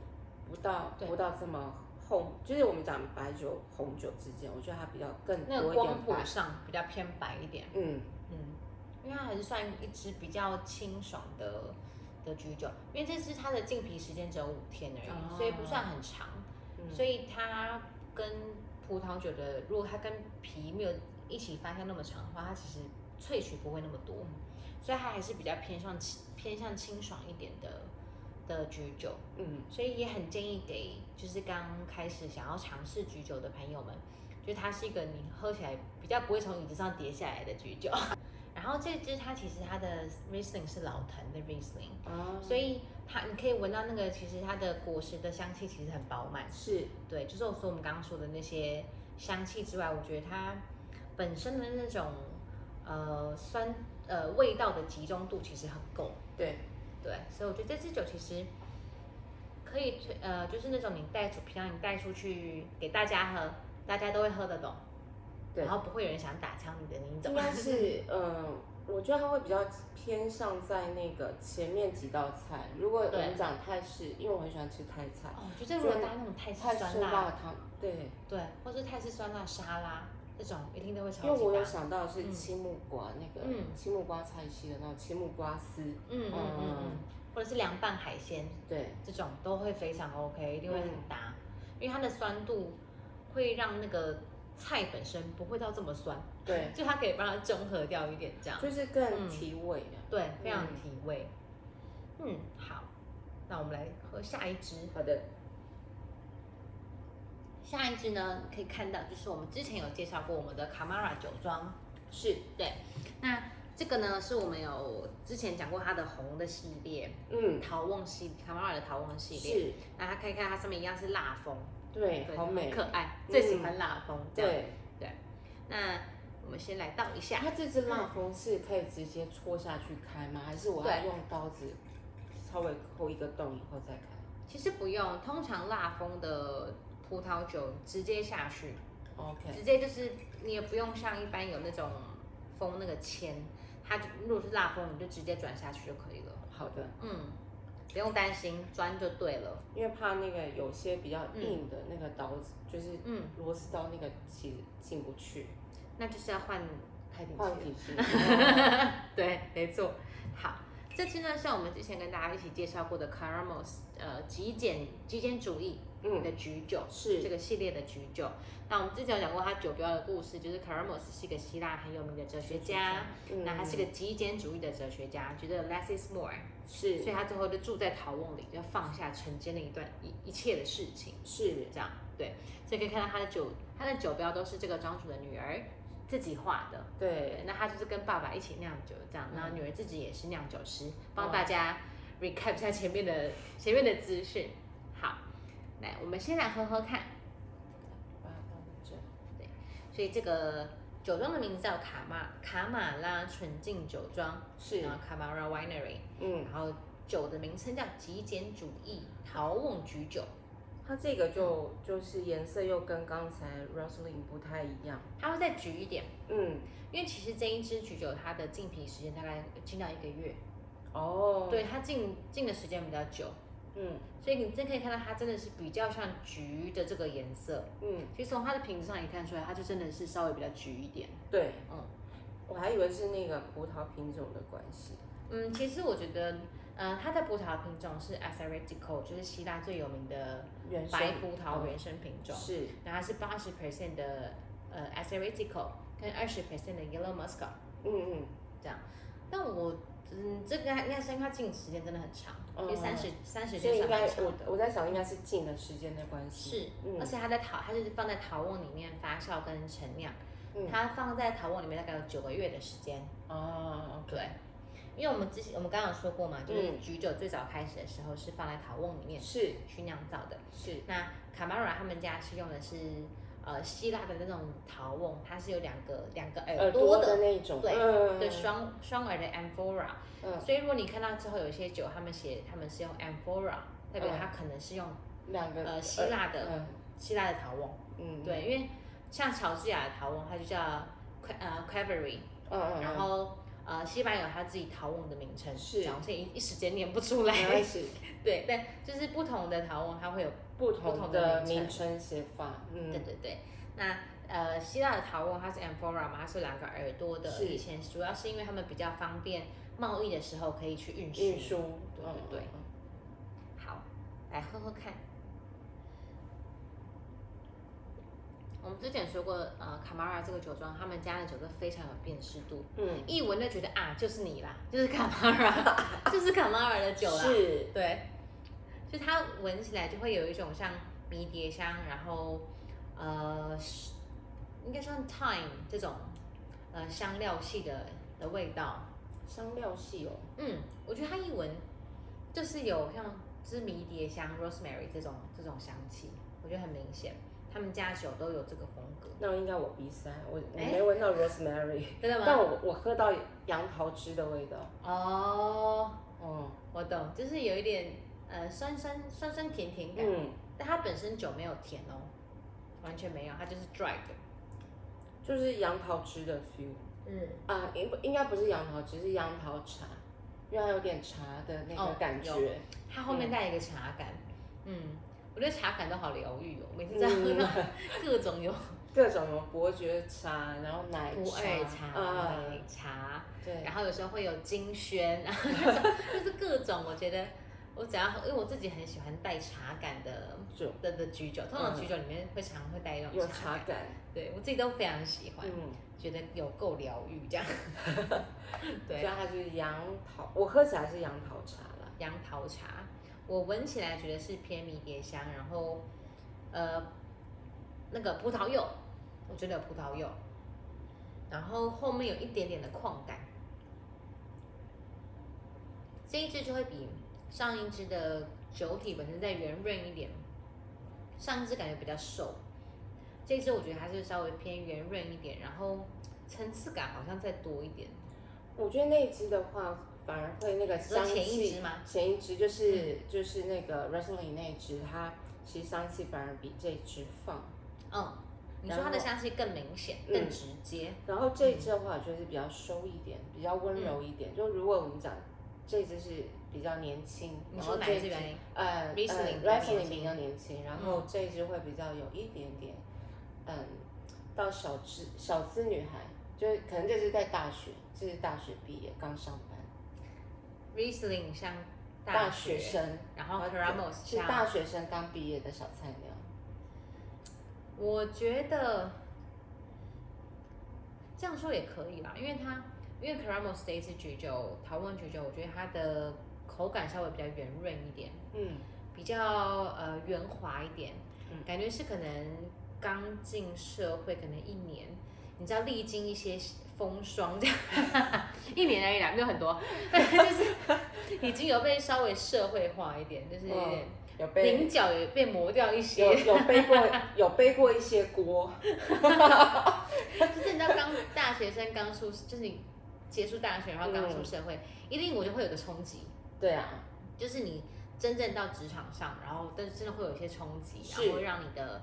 Speaker 2: 不到
Speaker 1: 嗯对
Speaker 2: 不到这么红，就是我们讲白酒红酒之间，我觉得它比较更
Speaker 1: 那
Speaker 2: 多
Speaker 1: 个
Speaker 2: 一点
Speaker 1: 光谱
Speaker 2: 白，
Speaker 1: 上比较偏白一点。
Speaker 2: 嗯
Speaker 1: 嗯，因为它还是算一支比较清爽的的居酒，因为这支它的浸皮时间只有五天而已，
Speaker 2: 哦
Speaker 1: 所以不算很长，
Speaker 2: 嗯，
Speaker 1: 所以它跟葡萄酒的，如果它跟皮没有一起发酵那么长的话，它其实萃取不会那么多，所以它还是比较偏向清偏向清爽一点的的居酒。
Speaker 2: 嗯
Speaker 1: 所以也很建议给就是刚开始想要尝试居酒的朋友们，就它是一个你喝起来比较不会从椅子上跌下来的居酒。 然后这支它其实它的 Riesling 是老藤的 Riesling，
Speaker 2: 啊，
Speaker 1: 所以它你可以闻到那个其实它的果实的香气其实很饱满。
Speaker 2: 是
Speaker 1: 对，就是我说我们刚刚说的那些香气之外，我觉得它本身的那种呃酸呃味道的集中度其实很够。
Speaker 2: 对，
Speaker 1: 对，所以我觉得这支酒其实可以推，呃，就是那种你带出，平常你带出去给大家喝，大家都会喝得懂，
Speaker 2: 对
Speaker 1: 然后不会有人想打枪你的那一
Speaker 2: 应
Speaker 1: 种。
Speaker 2: 该是嗯。我觉得它会比较偏向在那个前面几道菜。如果我
Speaker 1: 对
Speaker 2: 们讲泰式，因为我很喜欢吃泰菜，
Speaker 1: 哦，我觉得如果搭那种泰
Speaker 2: 泰
Speaker 1: 式酸
Speaker 2: 式
Speaker 1: 辣，
Speaker 2: 辣汤，对，
Speaker 1: 对，或是泰式酸辣沙拉这种，一定都会
Speaker 2: 因
Speaker 1: 超
Speaker 2: 为我
Speaker 1: 级
Speaker 2: 有
Speaker 1: 搭。
Speaker 2: 想到是
Speaker 1: 嗯
Speaker 2: 青木瓜、那个
Speaker 1: 嗯
Speaker 2: 青木瓜菜系的那种青木瓜丝，
Speaker 1: 嗯嗯嗯嗯
Speaker 2: 嗯
Speaker 1: 嗯，或者是凉拌海鲜
Speaker 2: 对，
Speaker 1: 这种都会非常 OK，一定会很
Speaker 2: 嗯
Speaker 1: 搭，因为它的酸度会让那个菜本身不会到这么酸，
Speaker 2: 对，
Speaker 1: 就它可以帮它中和掉一点这样。嗯
Speaker 2: 就是更提味啊。
Speaker 1: 对，非常
Speaker 2: 嗯
Speaker 1: 提味。嗯，好，那我们来喝下一支。
Speaker 2: 好的，
Speaker 1: 下一支呢，可以看到就是我们之前有介绍过我们的卡玛拉酒庄，
Speaker 2: 是，
Speaker 1: 对，那这个呢是我们有之前讲过它的红的系列，
Speaker 2: 嗯，
Speaker 1: 陶瓮系卡玛拉的陶瓮系列。
Speaker 2: 是，
Speaker 1: 那它可以啊看它上面一样是蜡封，
Speaker 2: 对，好美，
Speaker 1: 可爱，
Speaker 2: 嗯
Speaker 1: 最喜欢蜡封、这样。
Speaker 2: 对，
Speaker 1: 那我们先来倒一下，嗯
Speaker 2: 它这支蜡封是可以直接戳下去开吗？还是我要
Speaker 1: 对
Speaker 2: 用刀子稍微抠一个洞以后再开？
Speaker 1: 其实不用，通常蜡封的葡萄酒直接下去
Speaker 2: OK，
Speaker 1: 直接就是你也不用像一般有那种封那个签，它就如果是蜡封，你就直接转下去就可以了。
Speaker 2: 好的，
Speaker 1: 嗯，不用担心，钻就对了。
Speaker 2: 因为怕那个有些比较
Speaker 1: 嗯
Speaker 2: 硬的那个刀子，就是
Speaker 1: 嗯，
Speaker 2: 螺丝刀那个其实进不去，
Speaker 1: 那就是要换开瓶器
Speaker 2: 换
Speaker 1: 了。
Speaker 2: 体系。
Speaker 1: 对，没错。好，这次呢是我们之前跟大家一起介绍过的 Caramos 呃极简极简主义
Speaker 2: 嗯，
Speaker 1: 的橘酒。
Speaker 2: 是
Speaker 1: 这个系列的橘酒，那我们之前有讲过他酒标的故事，就是 Caramos 是一个希腊很有名的哲学家，
Speaker 2: 嗯
Speaker 1: 那他是个极简主义的哲学家，觉得 less is more，
Speaker 2: 是
Speaker 1: 所以他最后就住在陶瓮里，就放下尘间的一段一一切的事情，
Speaker 2: 是
Speaker 1: 这样对，所以可以看到他的酒，他的酒标都是这个庄主的女儿自己画的，对
Speaker 2: 对，
Speaker 1: 那他就是跟爸爸一起酿酒这样，
Speaker 2: 嗯
Speaker 1: 然后女儿自己也是酿酒师，帮大家 recap 一下前面的前面的资讯。好，来，我们先来喝喝看。
Speaker 2: 把它放在这
Speaker 1: 所以这个酒庄的名字叫卡马卡马拉纯净酒庄，
Speaker 2: 是
Speaker 1: 然后 Camara Winery，
Speaker 2: 嗯，
Speaker 1: 然后酒的名称叫极简主义陶瓮橘酒。
Speaker 2: 它这个就就是颜色又跟刚才 Roslyn 不太一样，
Speaker 1: 它会再橘一点，
Speaker 2: 嗯，
Speaker 1: 因为其实这一支橘酒它的浸皮时间大概进到一个月，
Speaker 2: 哦，，
Speaker 1: 对它浸浸的时间比较久，
Speaker 2: 嗯
Speaker 1: 所以你真可以看到它真的是比较像橘的这个颜色。
Speaker 2: 嗯，
Speaker 1: 其实从它的瓶子上也看出来，它就真的是稍微比较橘一点。
Speaker 2: 对，
Speaker 1: 嗯
Speaker 2: 我还以为是那个葡萄品种的关系，
Speaker 1: 嗯，其实我觉得，呃，它的葡萄品种是 Assyrtico，就是希腊最有名的
Speaker 2: 原生
Speaker 1: 白葡萄
Speaker 2: 嗯
Speaker 1: 原生品种。
Speaker 2: 是
Speaker 1: 然后它是八十 percent 的呃 Assyrtico 跟二十 percent 的 Yellow Muscat
Speaker 2: 嗯嗯，
Speaker 1: 这样。但我嗯，这个应该是因为它浸时间真的很长，
Speaker 2: 嗯
Speaker 1: 因为三十三十
Speaker 2: 所
Speaker 1: 天
Speaker 2: 以应
Speaker 1: 算蛮
Speaker 2: 该
Speaker 1: 长
Speaker 2: 我
Speaker 1: 的。
Speaker 2: 我在想应该是近的时间的关系，
Speaker 1: 是，
Speaker 2: 嗯
Speaker 1: 而且它在陶，它就是放在陶瓮里面发酵跟陈酿，
Speaker 2: 嗯
Speaker 1: 它放在陶瓮里面大概有九个月的时间。
Speaker 2: 哦
Speaker 1: 对，因为我们之前我们刚刚有说过嘛，就是
Speaker 2: 嗯
Speaker 1: 橘酒最早开始的时候是放在陶瓮里面
Speaker 2: 是
Speaker 1: 去酿造的。
Speaker 2: 是
Speaker 1: 那卡玛拉他们家是用的是呃希腊的那种陶瓮，它是有两个两个耳朵
Speaker 2: 的
Speaker 1: 的。
Speaker 2: 那一种，
Speaker 1: 对
Speaker 2: 嗯
Speaker 1: 对，双双耳的 amphora，、
Speaker 2: 嗯，
Speaker 1: 所以如果你看到之后有一些酒，他们写他们是用 amphora，代表
Speaker 2: 嗯
Speaker 1: 它可能是用、
Speaker 2: 两个
Speaker 1: 呃希腊的、
Speaker 2: 嗯
Speaker 1: 希腊的陶瓮。
Speaker 2: 嗯，
Speaker 1: 对，因为像乔治亚的陶瓮，它就叫 que- 呃 q u a v e r y
Speaker 2: 嗯，嗯嗯，
Speaker 1: 然后呃西班牙有它自己陶瓮的名称，
Speaker 2: 是嗯
Speaker 1: 讲所以一一时间念不出来。
Speaker 2: 没关系，
Speaker 1: 对，但就是不同的陶瓮它会有，不
Speaker 2: 不
Speaker 1: 同
Speaker 2: 同
Speaker 1: 的
Speaker 2: 的
Speaker 1: 名
Speaker 2: 名称写法，嗯，
Speaker 1: 对对对。那呃希腊的陶瓮它是 amphora 嘛，它是有两个耳朵的。
Speaker 2: 是
Speaker 1: 以前主要是因为他们比较方便贸易的时候可以去运输。
Speaker 2: 运输，
Speaker 1: 对
Speaker 2: 嗯
Speaker 1: 对对，
Speaker 2: 嗯
Speaker 1: 好，来喝喝看。我们之前说过，呃，卡玛拉这个酒庄，他们家的酒都非常有辨识度，
Speaker 2: 嗯，
Speaker 1: 一闻就觉得啊，就是你啦，就是卡玛拉， 就是卡玛拉的酒啦。
Speaker 2: 是，
Speaker 1: 对，就它闻起来就会有一种像迷迭香，然后呃，是应该算 thyme 这种呃香料系的的味道。
Speaker 2: 香料系哦，
Speaker 1: 嗯，我觉得它一闻就是有像就是迷迭香、rosemary 这种这种香气，我觉得很明显。他们家酒都有这个风格，
Speaker 2: 那应该我鼻塞，我我
Speaker 1: 哎
Speaker 2: 没闻到 rosemary，
Speaker 1: 真的
Speaker 2: 但
Speaker 1: 吗？
Speaker 2: 我我喝到杨桃汁的味道，
Speaker 1: 哦，
Speaker 2: 哦，
Speaker 1: 我懂，就是有一点呃酸酸酸酸甜甜感，
Speaker 2: 嗯，
Speaker 1: 但它本身酒没有甜哦，完全没有，它就是 dry 的。
Speaker 2: 就是杨桃汁的 feel
Speaker 1: 嗯，
Speaker 2: 啊，应不应该不是杨桃汁，是杨桃茶，因为它有点茶的那个
Speaker 1: 哦
Speaker 2: 感
Speaker 1: 有
Speaker 2: 觉，
Speaker 1: 它后面带一个茶感，嗯，我觉得茶感都好疗愈哦，每次在喝到 各种有
Speaker 2: 各种有伯爵茶，然后奶
Speaker 1: 普洱哎茶、
Speaker 2: 啊，
Speaker 1: 奶茶，
Speaker 2: 对
Speaker 1: 然，后有时候会有金萱， 然后那种就是各种，我觉得我只要喝，因为我自己很喜欢带茶感的
Speaker 2: 酒
Speaker 1: 的的橘酒，通常
Speaker 2: 嗯
Speaker 1: 橘酒里面会常会带一
Speaker 2: 有
Speaker 1: 种茶
Speaker 2: 茶
Speaker 1: 感，
Speaker 2: 感，
Speaker 1: 对我自己都非常喜欢，
Speaker 2: 嗯。
Speaker 1: 觉得有够疗愈这样。
Speaker 2: 所以
Speaker 1: 对，
Speaker 2: 它就是杨桃，我喝起来是杨桃茶啦。
Speaker 1: 呃杨桃茶，我闻起来觉得是偏迷迭香，然后呃那个葡萄柚，我觉得有葡萄柚，然后后面有一点点的矿感。这一支就会比上一支的酒体本身再圆润一点，上一支感觉比较瘦，这一支我觉得还是稍微偏圆润一点，然后层次感好像再多一点。
Speaker 2: 我觉得那一支的话，反而会那个
Speaker 1: 你说
Speaker 2: 香
Speaker 1: 前一
Speaker 2: 气。
Speaker 1: 支吗？嗯
Speaker 2: 前一支就是、就是那个 Rosalie 那一支，它其实香气反而比这一支放。
Speaker 1: 嗯，你说它的香气更明显、
Speaker 2: 嗯
Speaker 1: 更直接，
Speaker 2: 然后这一支的话，我觉得是比较收一点，比较温柔一
Speaker 1: 嗯
Speaker 2: 点。就如果我们讲这一支是比较年轻，
Speaker 1: 你
Speaker 2: 然后
Speaker 1: 说哪
Speaker 2: 这
Speaker 1: 一
Speaker 2: 一
Speaker 1: 支
Speaker 2: 支
Speaker 1: 原因？
Speaker 2: 呃
Speaker 1: Riesling 比较
Speaker 2: 呃
Speaker 1: 年
Speaker 2: ，Rosalie
Speaker 1: 轻
Speaker 2: 比较年轻，然后这一支会比较有一点点，嗯，到小资小资女孩，就是可能这是在大学，这是大学毕业刚上班。
Speaker 1: Riesling 像
Speaker 2: 大
Speaker 1: 学，
Speaker 2: 学生，啊
Speaker 1: 然后 Cramos
Speaker 2: 是
Speaker 1: 像，
Speaker 2: 大学生刚毕业的小菜鸟。
Speaker 1: 我觉得这样说也可以啦，因为它因为 Cramos 这一支橘酒，桃瓮橘酒，我觉得它的口感稍微比较圆润一点，
Speaker 2: 嗯，
Speaker 1: 比较呃圆滑一点，
Speaker 2: 嗯
Speaker 1: 感觉是可能刚进社会可能一年，你知道历经一些风霜 这样，一年而已啦，没有很多，就是已 经有被稍微社会化一点，就是有点
Speaker 2: 哦有被
Speaker 1: 棱角也被磨掉一
Speaker 2: 有
Speaker 1: 些，
Speaker 2: 有背过有背过一些锅，
Speaker 1: 就是你知道刚大学生刚出，就是你结束大学然后刚出社
Speaker 2: 嗯
Speaker 1: 会，一定我就会有个冲击，
Speaker 2: 对啊，
Speaker 1: 就是你真正到职场上，然后但是真的会有一些冲击，
Speaker 2: 是
Speaker 1: 然后会让你的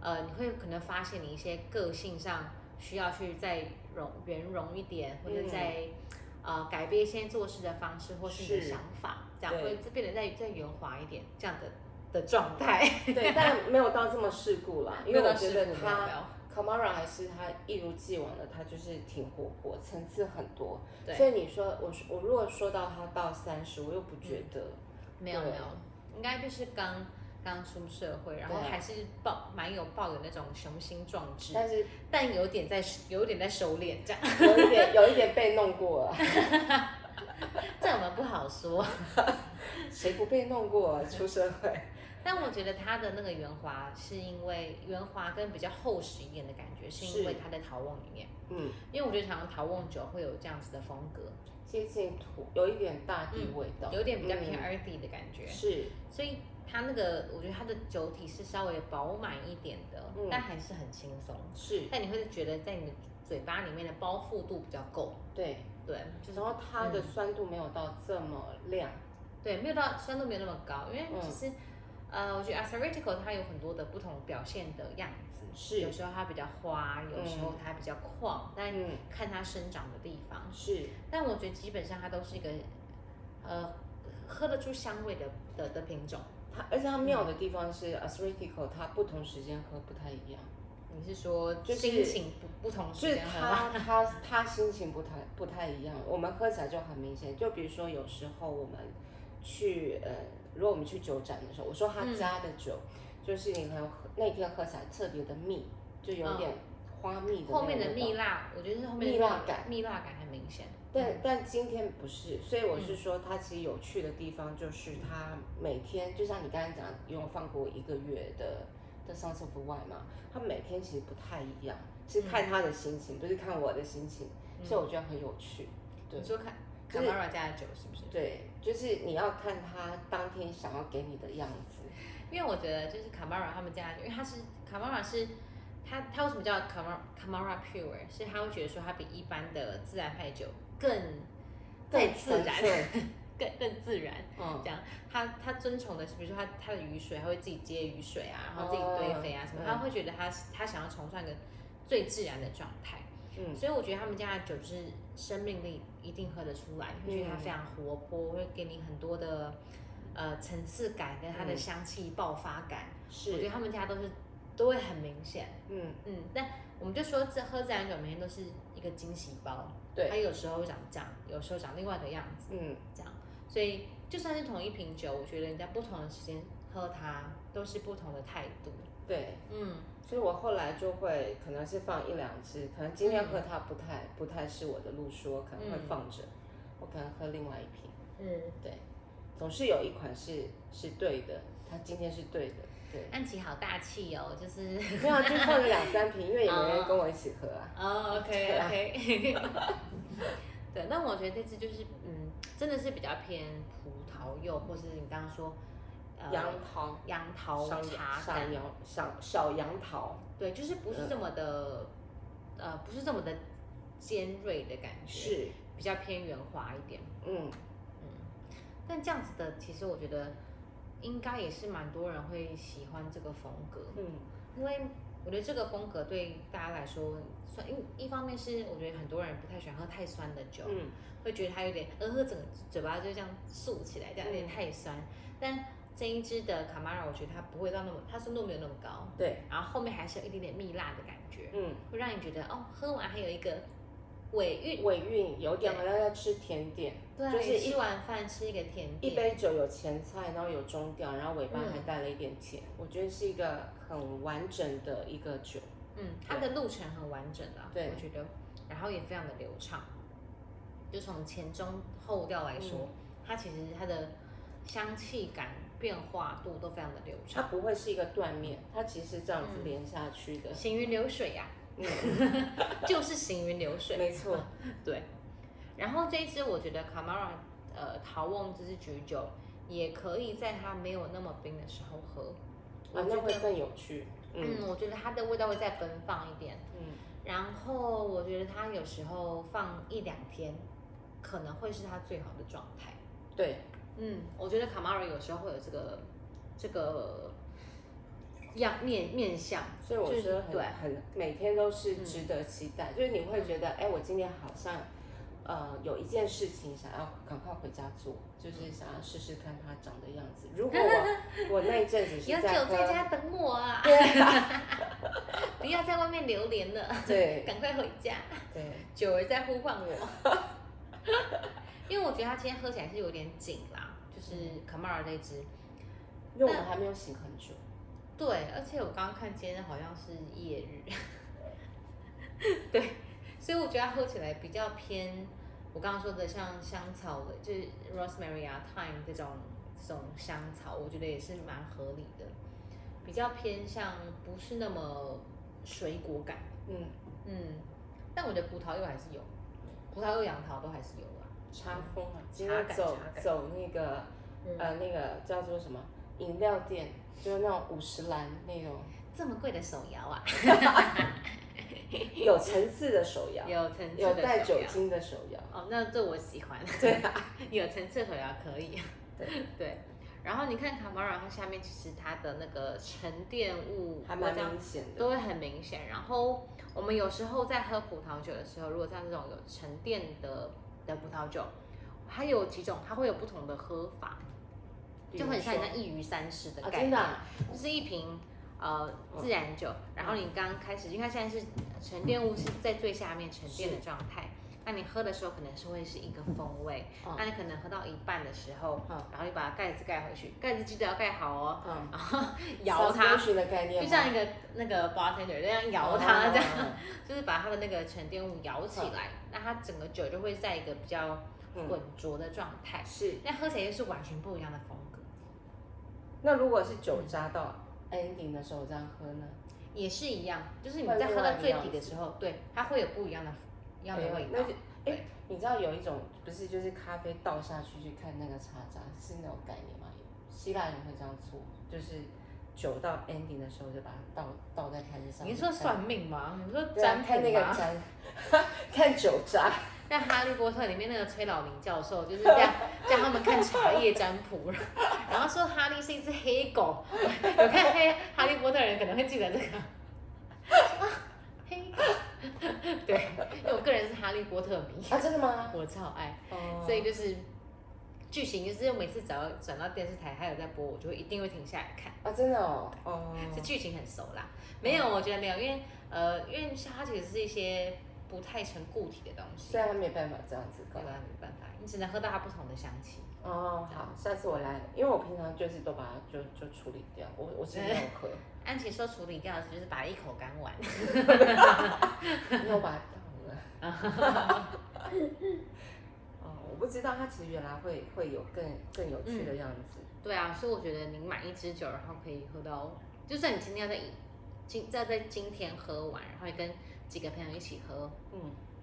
Speaker 1: 呃，你会可能发现你一些个性上需要去再容圆融一点，或者
Speaker 2: 嗯
Speaker 1: 再、呃改变一些做事的方式，或是你的
Speaker 2: 是
Speaker 1: 想法，这样
Speaker 2: 对
Speaker 1: 会变得再再圆滑一点这样的的状态。
Speaker 2: 对，但没有到这么世故啦，因为我觉得
Speaker 1: 没有
Speaker 2: 他
Speaker 1: 没有
Speaker 2: Kamara 还是他一如既往的，他就是挺活泼，层次很多。
Speaker 1: 对
Speaker 2: 所以你说我我如果说到他到三十，我又不觉得，
Speaker 1: 没有
Speaker 2: 对
Speaker 1: 没有，应该就是刚刚出社会，然后
Speaker 2: 对
Speaker 1: 还是抱蛮有抱有那种雄心壮志，
Speaker 2: 但是
Speaker 1: 但有点在有点在收敛这样。
Speaker 2: 有一点 有一点被弄过了，
Speaker 1: 这我们不好说，
Speaker 2: 谁不被弄过啊？出社会，
Speaker 1: 但我觉得它的那个圆滑是因为圆滑跟比较厚实一点的感觉，是因为
Speaker 2: 是
Speaker 1: 它在陶瓮里面。
Speaker 2: 嗯，
Speaker 1: 因为我觉得常常陶瓮酒会有这样子的风格，
Speaker 2: 接近土，有一点大地味道，
Speaker 1: 有点比较偏
Speaker 2: 嗯
Speaker 1: earthy 的感觉，
Speaker 2: 是，
Speaker 1: 所以它那个我觉得它的酒体是稍微饱满一点的，
Speaker 2: 嗯
Speaker 1: 但还是很轻松。
Speaker 2: 是，
Speaker 1: 但你会觉得在你的嘴巴里面的包覆度比较够，
Speaker 2: 对。
Speaker 1: 对，就是
Speaker 2: 然后它的
Speaker 1: 嗯
Speaker 2: 酸度没有到这么亮，
Speaker 1: 对，没有到酸度没有那么高，因为
Speaker 2: 嗯
Speaker 1: 其实、呃，我觉得 a s a r a t i c o 它有很多的不同表现的样子，
Speaker 2: 是
Speaker 1: 有时候它比较花，有时候它比较旷，但
Speaker 2: 嗯，
Speaker 1: 看它生长的地方。
Speaker 2: 是，
Speaker 1: 但我觉得基本上它都是一个呃喝得出香味的的的品种。
Speaker 2: 它而且它妙的地方是 a s r i t i c o 它不同时间喝不太一样，
Speaker 1: 你是说
Speaker 2: 就是
Speaker 1: 心情不不同时
Speaker 2: 就是
Speaker 1: 间喝吗？
Speaker 2: 它它它心情不太不太一样，我们喝起来就很明显。就比如说有时候我们去呃，如果我们去酒展的时候，我说他
Speaker 1: 嗯
Speaker 2: 家的酒，就是你可能喝那天喝起来特别的蜜，就有点花蜜的那种味道、
Speaker 1: 嗯后面的蜜辣，我觉得是后面的
Speaker 2: 蜜辣感
Speaker 1: 蜜辣感很明显。
Speaker 2: 但
Speaker 1: 嗯
Speaker 2: 但今天不是，所以我是说，它其实有趣的地方就是它每天，就像你刚才讲，因为我放过一个月的的 Sounds of Wine 嘛，它每天其实不太一样，是
Speaker 1: 嗯
Speaker 2: 看他的心情，不是看我的心情，所以我觉得很有趣。对
Speaker 1: 你说看
Speaker 2: 就
Speaker 1: 卡
Speaker 2: 是
Speaker 1: 马拉家的酒是不是？
Speaker 2: 对，就是你要看他当天想要给你的样子。
Speaker 1: 因为我觉得就是卡 a 拉他们家，因为他是卡 a 拉是他他为什么叫卡 a 卡 a 拉 Pure？是他会觉得说它比一般的自然派酒更再自然，
Speaker 2: 对，
Speaker 1: 更更自然。
Speaker 2: 嗯，
Speaker 1: 这样，他他遵从的是，比如说他他的雨水，他会自己接雨水啊，然后自己堆肥啊什么，
Speaker 2: 嗯
Speaker 1: 他会觉得他他想要崇尚一个最自然的状态。
Speaker 2: 嗯，
Speaker 1: 所以我觉得他们家的酒就是生命力一定喝得出来，你会觉
Speaker 2: 嗯
Speaker 1: 得它非常活泼，会给你很多的呃层次感跟它的
Speaker 2: 嗯
Speaker 1: 香气爆发感。我觉
Speaker 2: 是
Speaker 1: 得，他们家都是都会很明显，
Speaker 2: 嗯，
Speaker 1: 嗯，但我们就说这喝自然酒每天都是一个惊喜包，它
Speaker 2: 对，
Speaker 1: 有时候会长这样，有时候长另外一个样子，
Speaker 2: 嗯，
Speaker 1: 这样，所以就算是同一瓶酒，我觉得你在不同的时间喝它都是不同的态度，
Speaker 2: 对。
Speaker 1: 嗯，
Speaker 2: 所以我后来就会可能是放一两支，可能今
Speaker 1: 嗯
Speaker 2: 天喝它不太、不太是我的路数，我可能会放着，我可能喝另外一瓶。
Speaker 1: 嗯，。
Speaker 2: 总是有一款是是对的，它今天是对的，对
Speaker 1: 安琪好大气哦，就是
Speaker 2: 没有，啊就放了两三瓶，因为也没人跟我一起喝啊。
Speaker 1: 哦，OK
Speaker 2: 对啊
Speaker 1: OK，对，但我觉得这支就是，嗯，真的是比较偏葡萄柚，或是你刚刚说，呃，
Speaker 2: 杨桃、
Speaker 1: 杨桃
Speaker 2: 小
Speaker 1: 茶
Speaker 2: 小
Speaker 1: 感，
Speaker 2: 杨、小小杨桃
Speaker 1: 对，就是不是这么的，呃，不是这么的尖锐的感觉，
Speaker 2: 是，
Speaker 1: 比较偏圆滑一点。
Speaker 2: 嗯，
Speaker 1: 但这样子的，其实我觉得应该也是蛮多人会喜欢这个风格，
Speaker 2: 嗯，
Speaker 1: 因为我觉得这个风格对大家来说，算一一方面是我觉得很多人不太喜欢喝太酸的酒，
Speaker 2: 嗯，
Speaker 1: 会觉得它有点，呃，整个嘴巴就这样竖起来，这样有点
Speaker 2: 嗯
Speaker 1: 太酸。但这一支的卡玛拉，我觉得它不会到那么，它酸度没有那么高，
Speaker 2: 对，
Speaker 1: 然后后面还是有一点点蜜辣的感觉，
Speaker 2: 嗯，
Speaker 1: 会让你觉得哦，喝完还有一个尾韵，
Speaker 2: 尾韵有点好像要吃甜点，
Speaker 1: 对，
Speaker 2: 就是一
Speaker 1: 吃完饭吃一个甜
Speaker 2: 一
Speaker 1: 点，
Speaker 2: 杯酒有前菜，然后有中调，然后尾巴还带了一点甜，我觉得是一个很完整的一个酒。
Speaker 1: 嗯，它的路程很完整啊，
Speaker 2: 对
Speaker 1: 我觉得，然后也非常的流畅，就从前中后调来
Speaker 2: 嗯
Speaker 1: 说，它其实它的香气感变化度都非常的流
Speaker 2: 它
Speaker 1: 畅，
Speaker 2: 不会是一个断面，它其实这样子连下去的。
Speaker 1: 行云流水呀、
Speaker 2: 啊嗯，
Speaker 1: 就是行云流水，嗯
Speaker 2: 没错。
Speaker 1: 对。然后这一支我觉得 Camara 呃陶瓮这支橘酒也可以在它没有那么冰的时候喝，我
Speaker 2: 啊，
Speaker 1: 觉
Speaker 2: 那
Speaker 1: 得
Speaker 2: 会更有趣。嗯
Speaker 1: 嗯，我觉得它的味道会再奔放一点。
Speaker 2: 嗯，
Speaker 1: 然后我觉得它有时候放一两天，可能会是它最好的状态。
Speaker 2: 对，
Speaker 1: 嗯，我觉得卡玛 a 有时候会有这个这个样面面相，
Speaker 2: 所以我
Speaker 1: 就是
Speaker 2: 说很
Speaker 1: 对嗯
Speaker 2: 很每天都是值得期待，就是你会觉得，哎，我今天好像。呃，有一件事情想要赶快回家做，就是想要试试看它长的样子。如果 我我那一阵子是
Speaker 1: 有酒
Speaker 2: 在
Speaker 1: 在
Speaker 2: 喝，
Speaker 1: 家等我啊！ 不要在外面流连了，
Speaker 2: 对
Speaker 1: 赶快回家。
Speaker 2: 对，
Speaker 1: 九儿在呼唤我， 因为我觉得它今天喝起来是有点紧啦，就是卡玛 a 这支。
Speaker 2: 因为我们还没有醒很久。
Speaker 1: 对，而且我刚刚看今天好像是夜日， 对，所以我觉得它喝起来比较偏我刚刚说的像香草的，就是 rosemary 啊、thyme 这种这种香草，我觉得也是蛮合理的，比较偏向不是那么水果感，
Speaker 2: 嗯，
Speaker 1: 嗯，但我觉得葡萄柚还是有，葡萄柚、杨桃都还是有啦，
Speaker 2: 查封啊，今
Speaker 1: 茶
Speaker 2: 天
Speaker 1: 感
Speaker 2: 走
Speaker 1: 茶感
Speaker 2: 走那个
Speaker 1: 嗯，
Speaker 2: 呃那个叫做什么饮料店，就是那种五十兰那种
Speaker 1: 这么贵的手摇啊，
Speaker 2: 有层次的手 摇，
Speaker 1: 有层次
Speaker 2: 有
Speaker 1: 的
Speaker 2: 带
Speaker 1: 手
Speaker 2: 酒
Speaker 1: 摇。
Speaker 2: 精的手摇。
Speaker 1: 哦，那这我喜欢。
Speaker 2: 对
Speaker 1: 啊， 有层次手摇可以。
Speaker 2: 对
Speaker 1: 对，然后你看卡玛拉，它下面其实它的那个沉淀物
Speaker 2: 还
Speaker 1: 或
Speaker 2: 蛮
Speaker 1: 这样
Speaker 2: 明显的，
Speaker 1: 都会很明显。然后我们有时候在喝葡萄酒的时候，如果像这种有沉淀的的葡萄酒，它有几种，它会有不同的喝法，
Speaker 2: 比
Speaker 1: 嗯就
Speaker 2: 如
Speaker 1: 很像
Speaker 2: 说
Speaker 1: 那一鱼三吃的
Speaker 2: 啊，
Speaker 1: 概
Speaker 2: 真
Speaker 1: 念，
Speaker 2: 的啊
Speaker 1: 就是一瓶呃自然
Speaker 2: 嗯
Speaker 1: 酒，然后你刚开始，因为它现在是沉淀物是在最下面沉淀的状态，那你喝的时候可能是会是一个风味，
Speaker 2: 嗯
Speaker 1: 那你可能喝到一半的时候，
Speaker 2: 嗯
Speaker 1: 然后你把盖子盖回去，盖子记得要盖 好哦，
Speaker 2: 嗯，
Speaker 1: 然后摇它，
Speaker 2: Subscription 的概念哦
Speaker 1: 就
Speaker 2: 吗，嗯
Speaker 1: 像一个那个 bartender 那样摇它这样。
Speaker 2: 样，
Speaker 1: 就是把它的那个沉淀物摇起来，那它整个酒就会在一个比较
Speaker 2: 嗯，
Speaker 1: 浑浊的状态，
Speaker 2: 是。
Speaker 1: 那喝起来又是完全不一样的风格，
Speaker 2: 那如果是酒渣到嗯 ending 的时候这样喝呢？
Speaker 1: 也是一样，就是你
Speaker 2: 会有
Speaker 1: 在喝到最
Speaker 2: 另外
Speaker 1: 底
Speaker 2: 一个
Speaker 1: 的时候，对，它会有不一样的一样的味
Speaker 2: 那
Speaker 1: 道
Speaker 2: 就，哎，你知道有一种不是就是咖啡倒下去去看那个茶渣是那种概念吗？希腊人会这样做，就是酒到 ending 的时候就把它倒倒在盘子上。
Speaker 1: 你是说算命吗？你说
Speaker 2: 嗯对啊
Speaker 1: 占卜
Speaker 2: 看那个
Speaker 1: 吗？
Speaker 2: 占， 看酒渣，
Speaker 1: 那《哈利波特》里面那个崔老明教授就是这 样叫他们看茶叶占卜，然后说哈利是一只黑狗，有看黑《哈利波特》的人可能会记得这个。 黑狗，对，因为我个人是哈利波特迷，
Speaker 2: 啊，真的吗？
Speaker 1: 我超爱，
Speaker 2: 哦
Speaker 1: 所以就是剧情就是每次只要转到电视台还有在播，我就会一定会停下来看。
Speaker 2: 啊，真的哦，哦，
Speaker 1: 是剧情很熟啦，没有，我觉得没有，因为呃，因为它其实是一些不太成固体的东西，
Speaker 2: 虽然他没办法这样子搞
Speaker 1: 对。吧？没办法，你只能喝到它不同的香气。
Speaker 2: 哦，好，下次我来，因为我平常就是都把它就就处理掉，我我是没有喝，
Speaker 1: 安琪说处理掉的就是把一口干完，
Speaker 2: 因为我把它倒了。哦，我不知道它其实原来会会有更更有趣的样子。
Speaker 1: 对啊，所以我觉得你买一支酒，然后可以喝到，就算你今天要在今在在今天喝完，然后跟几个朋友一起喝，
Speaker 2: 嗯，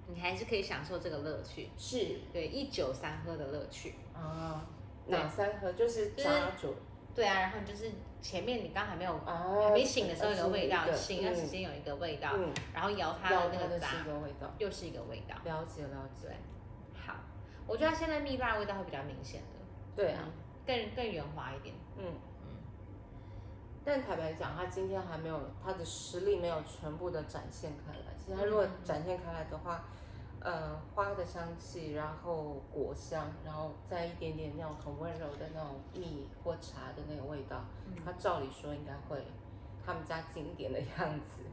Speaker 1: 你还是可以享受这个乐趣，
Speaker 2: 是
Speaker 1: 对，一酒三喝的乐趣。
Speaker 2: 啊，
Speaker 1: 对
Speaker 2: 哪三盒就是渣酒
Speaker 1: 对啊，然后就是前面你刚还没有。
Speaker 2: 啊，
Speaker 1: 嗯还没醒的时候有
Speaker 2: 是
Speaker 1: 个味道，
Speaker 2: 一个
Speaker 1: 醒的时
Speaker 2: 嗯
Speaker 1: 间有一个味道，
Speaker 2: 嗯，
Speaker 1: 然后摇它的
Speaker 2: 要它
Speaker 1: 那个
Speaker 2: 的
Speaker 1: 杂
Speaker 2: 是一个味道，
Speaker 1: 又是一个味道。
Speaker 2: 了解了解，
Speaker 1: 好，我觉得它现在蜜蜡味道会比较明显的，嗯
Speaker 2: 对啊，
Speaker 1: 更更圆滑一点。
Speaker 2: 嗯，但坦白讲，他今天还没有他的实力没有全部的展现开来。其实他如
Speaker 1: 嗯
Speaker 2: 果展现开来的话，呃，花的香气，然后果香，然后再一点点那种很温柔的那种蜜或茶的那个味道，他
Speaker 1: 嗯
Speaker 2: 照理说应该会他们家经典的样子。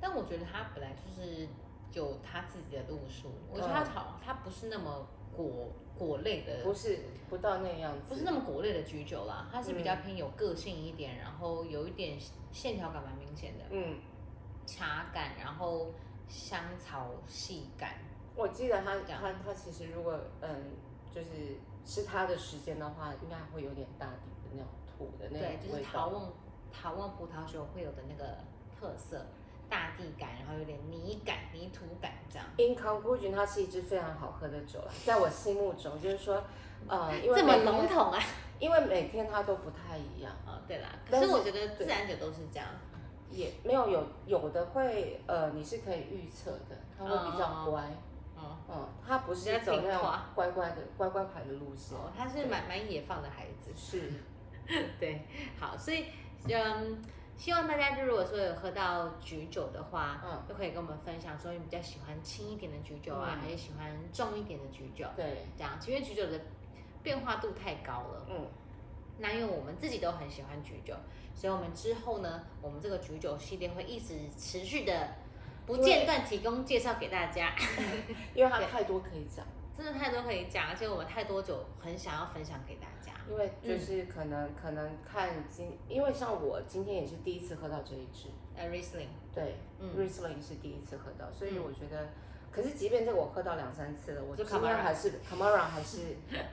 Speaker 1: 但我觉得它本来就是有他自己的路数。
Speaker 2: 嗯
Speaker 1: 我觉得他好，他不是那么果果类的，
Speaker 2: 不是不到那样子，
Speaker 1: 不是那么果类的居酒啦，它是比较
Speaker 2: 嗯
Speaker 1: 偏有个性一点，然后有一点线条感蛮明显的，
Speaker 2: 嗯，
Speaker 1: 茶感，然后香草细感。
Speaker 2: 我记得他
Speaker 1: 这样
Speaker 2: 他他其实如果嗯就是吃它的时间的话，应该会有点大地的那种土的那
Speaker 1: 对，
Speaker 2: 种
Speaker 1: 就是
Speaker 2: 味
Speaker 1: 桃
Speaker 2: 道，
Speaker 1: 瓮桃瓮葡萄酒会有的那个特色，大地感，然后有点泥感、泥土感这样。
Speaker 2: In conclusion，它是一支非常好喝的酒了，在我心目中就是说，呃，因为
Speaker 1: 这么
Speaker 2: 每天
Speaker 1: 笼，统啊？
Speaker 2: 因为每天它都不太一样，
Speaker 1: 哦，对啦，可
Speaker 2: 但
Speaker 1: 是
Speaker 2: 是
Speaker 1: 我觉得自
Speaker 2: 对
Speaker 1: 然酒都是这样，
Speaker 2: 也没有有有的会呃，你是可以预测的，它会比较乖，
Speaker 1: 嗯，
Speaker 2: 嗯，它不是走
Speaker 1: 比较
Speaker 2: 那
Speaker 1: 听
Speaker 2: 种
Speaker 1: 话
Speaker 2: 乖乖的乖乖牌的路线，
Speaker 1: 哦，他是
Speaker 2: 对
Speaker 1: 蛮蛮野放的孩 子，
Speaker 2: 是，
Speaker 1: 对，好，所以嗯，希望大家就如果说有喝到橘酒的话，
Speaker 2: 嗯，
Speaker 1: 就可以跟我们分享说你比较喜欢轻一点的橘酒啊，
Speaker 2: 嗯
Speaker 1: 还是喜欢重一点的橘酒，
Speaker 2: 对，
Speaker 1: 这样，因为橘酒的变化度太高了。
Speaker 2: 嗯，
Speaker 1: 那因为我们自己都很喜欢橘酒，所以我们之后呢，我们这个橘酒系列会一直持续的不间断提供介绍给大家。
Speaker 2: 因为它太多可以讲，
Speaker 1: 真的太多可以讲，而且我们太多酒很想要分享给大家。
Speaker 2: 因为
Speaker 1: 嗯
Speaker 2: 就是可能、可能看今，因为像我今天也是第一次喝到这一支，
Speaker 1: 呃，Riesling，
Speaker 2: 对，
Speaker 1: 嗯，
Speaker 2: Riesling 是第一次喝到，所以
Speaker 1: 嗯
Speaker 2: 我觉得，可是即便这个我喝到两三次了，我
Speaker 1: 就
Speaker 2: 尽量
Speaker 1: Camara
Speaker 2: 还是 Camara 还是，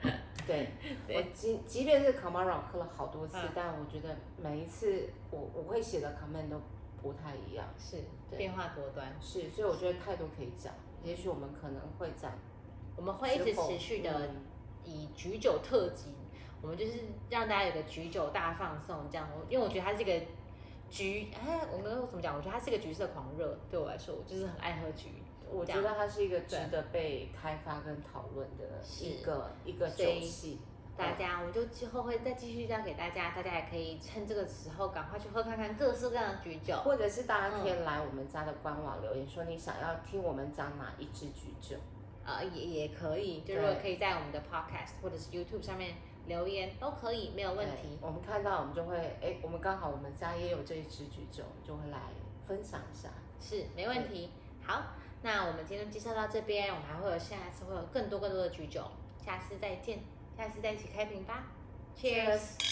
Speaker 2: 对，
Speaker 1: 对
Speaker 2: 我即即便是 Camara 我喝了好多次，
Speaker 1: 嗯
Speaker 2: 但我觉得每一次我我会写的 comment 都不太一样，
Speaker 1: 是
Speaker 2: 对
Speaker 1: 变化多端，
Speaker 2: 是，所以我觉得太多可以讲，也许我们可能会讲
Speaker 1: 我们会一直
Speaker 2: 之后
Speaker 1: 持续的
Speaker 2: 嗯
Speaker 1: 以橘酒特辑，我们就是让大家有个橘酒大放送这样。我因为我觉得它是一个橘，哎，我们怎么讲？我觉得它是一个橘色狂热，对我来说，我就是很爱喝橘，
Speaker 2: 我
Speaker 1: 这
Speaker 2: 觉
Speaker 1: 样
Speaker 2: 得它是一个值
Speaker 1: 对
Speaker 2: 得被开发跟讨论的
Speaker 1: 是
Speaker 2: 一个一个
Speaker 1: 所以
Speaker 2: 酒系，
Speaker 1: 大家，我们就之后会再继续这样给大家，大家也可以趁这个时候赶快去喝看看各式各样的橘酒。
Speaker 2: 或者是大家可以来我们家的官网留言说你想要听我们讲哪一支橘酒。
Speaker 1: 呃，也也可以，就如果可以在我们的 podcast 或者是 YouTube 上面留言都可以，没有问
Speaker 2: 对
Speaker 1: 题。
Speaker 2: 哎我们看到我们就会，哎，我们刚好我们家也有这一支橘酒，我们就会来分享一下。
Speaker 1: 是没问题。好，那我们今天介绍到这边，我们还会有下次会有更多更多的橘酒，下次再见，下次再一起开瓶吧，Cheers。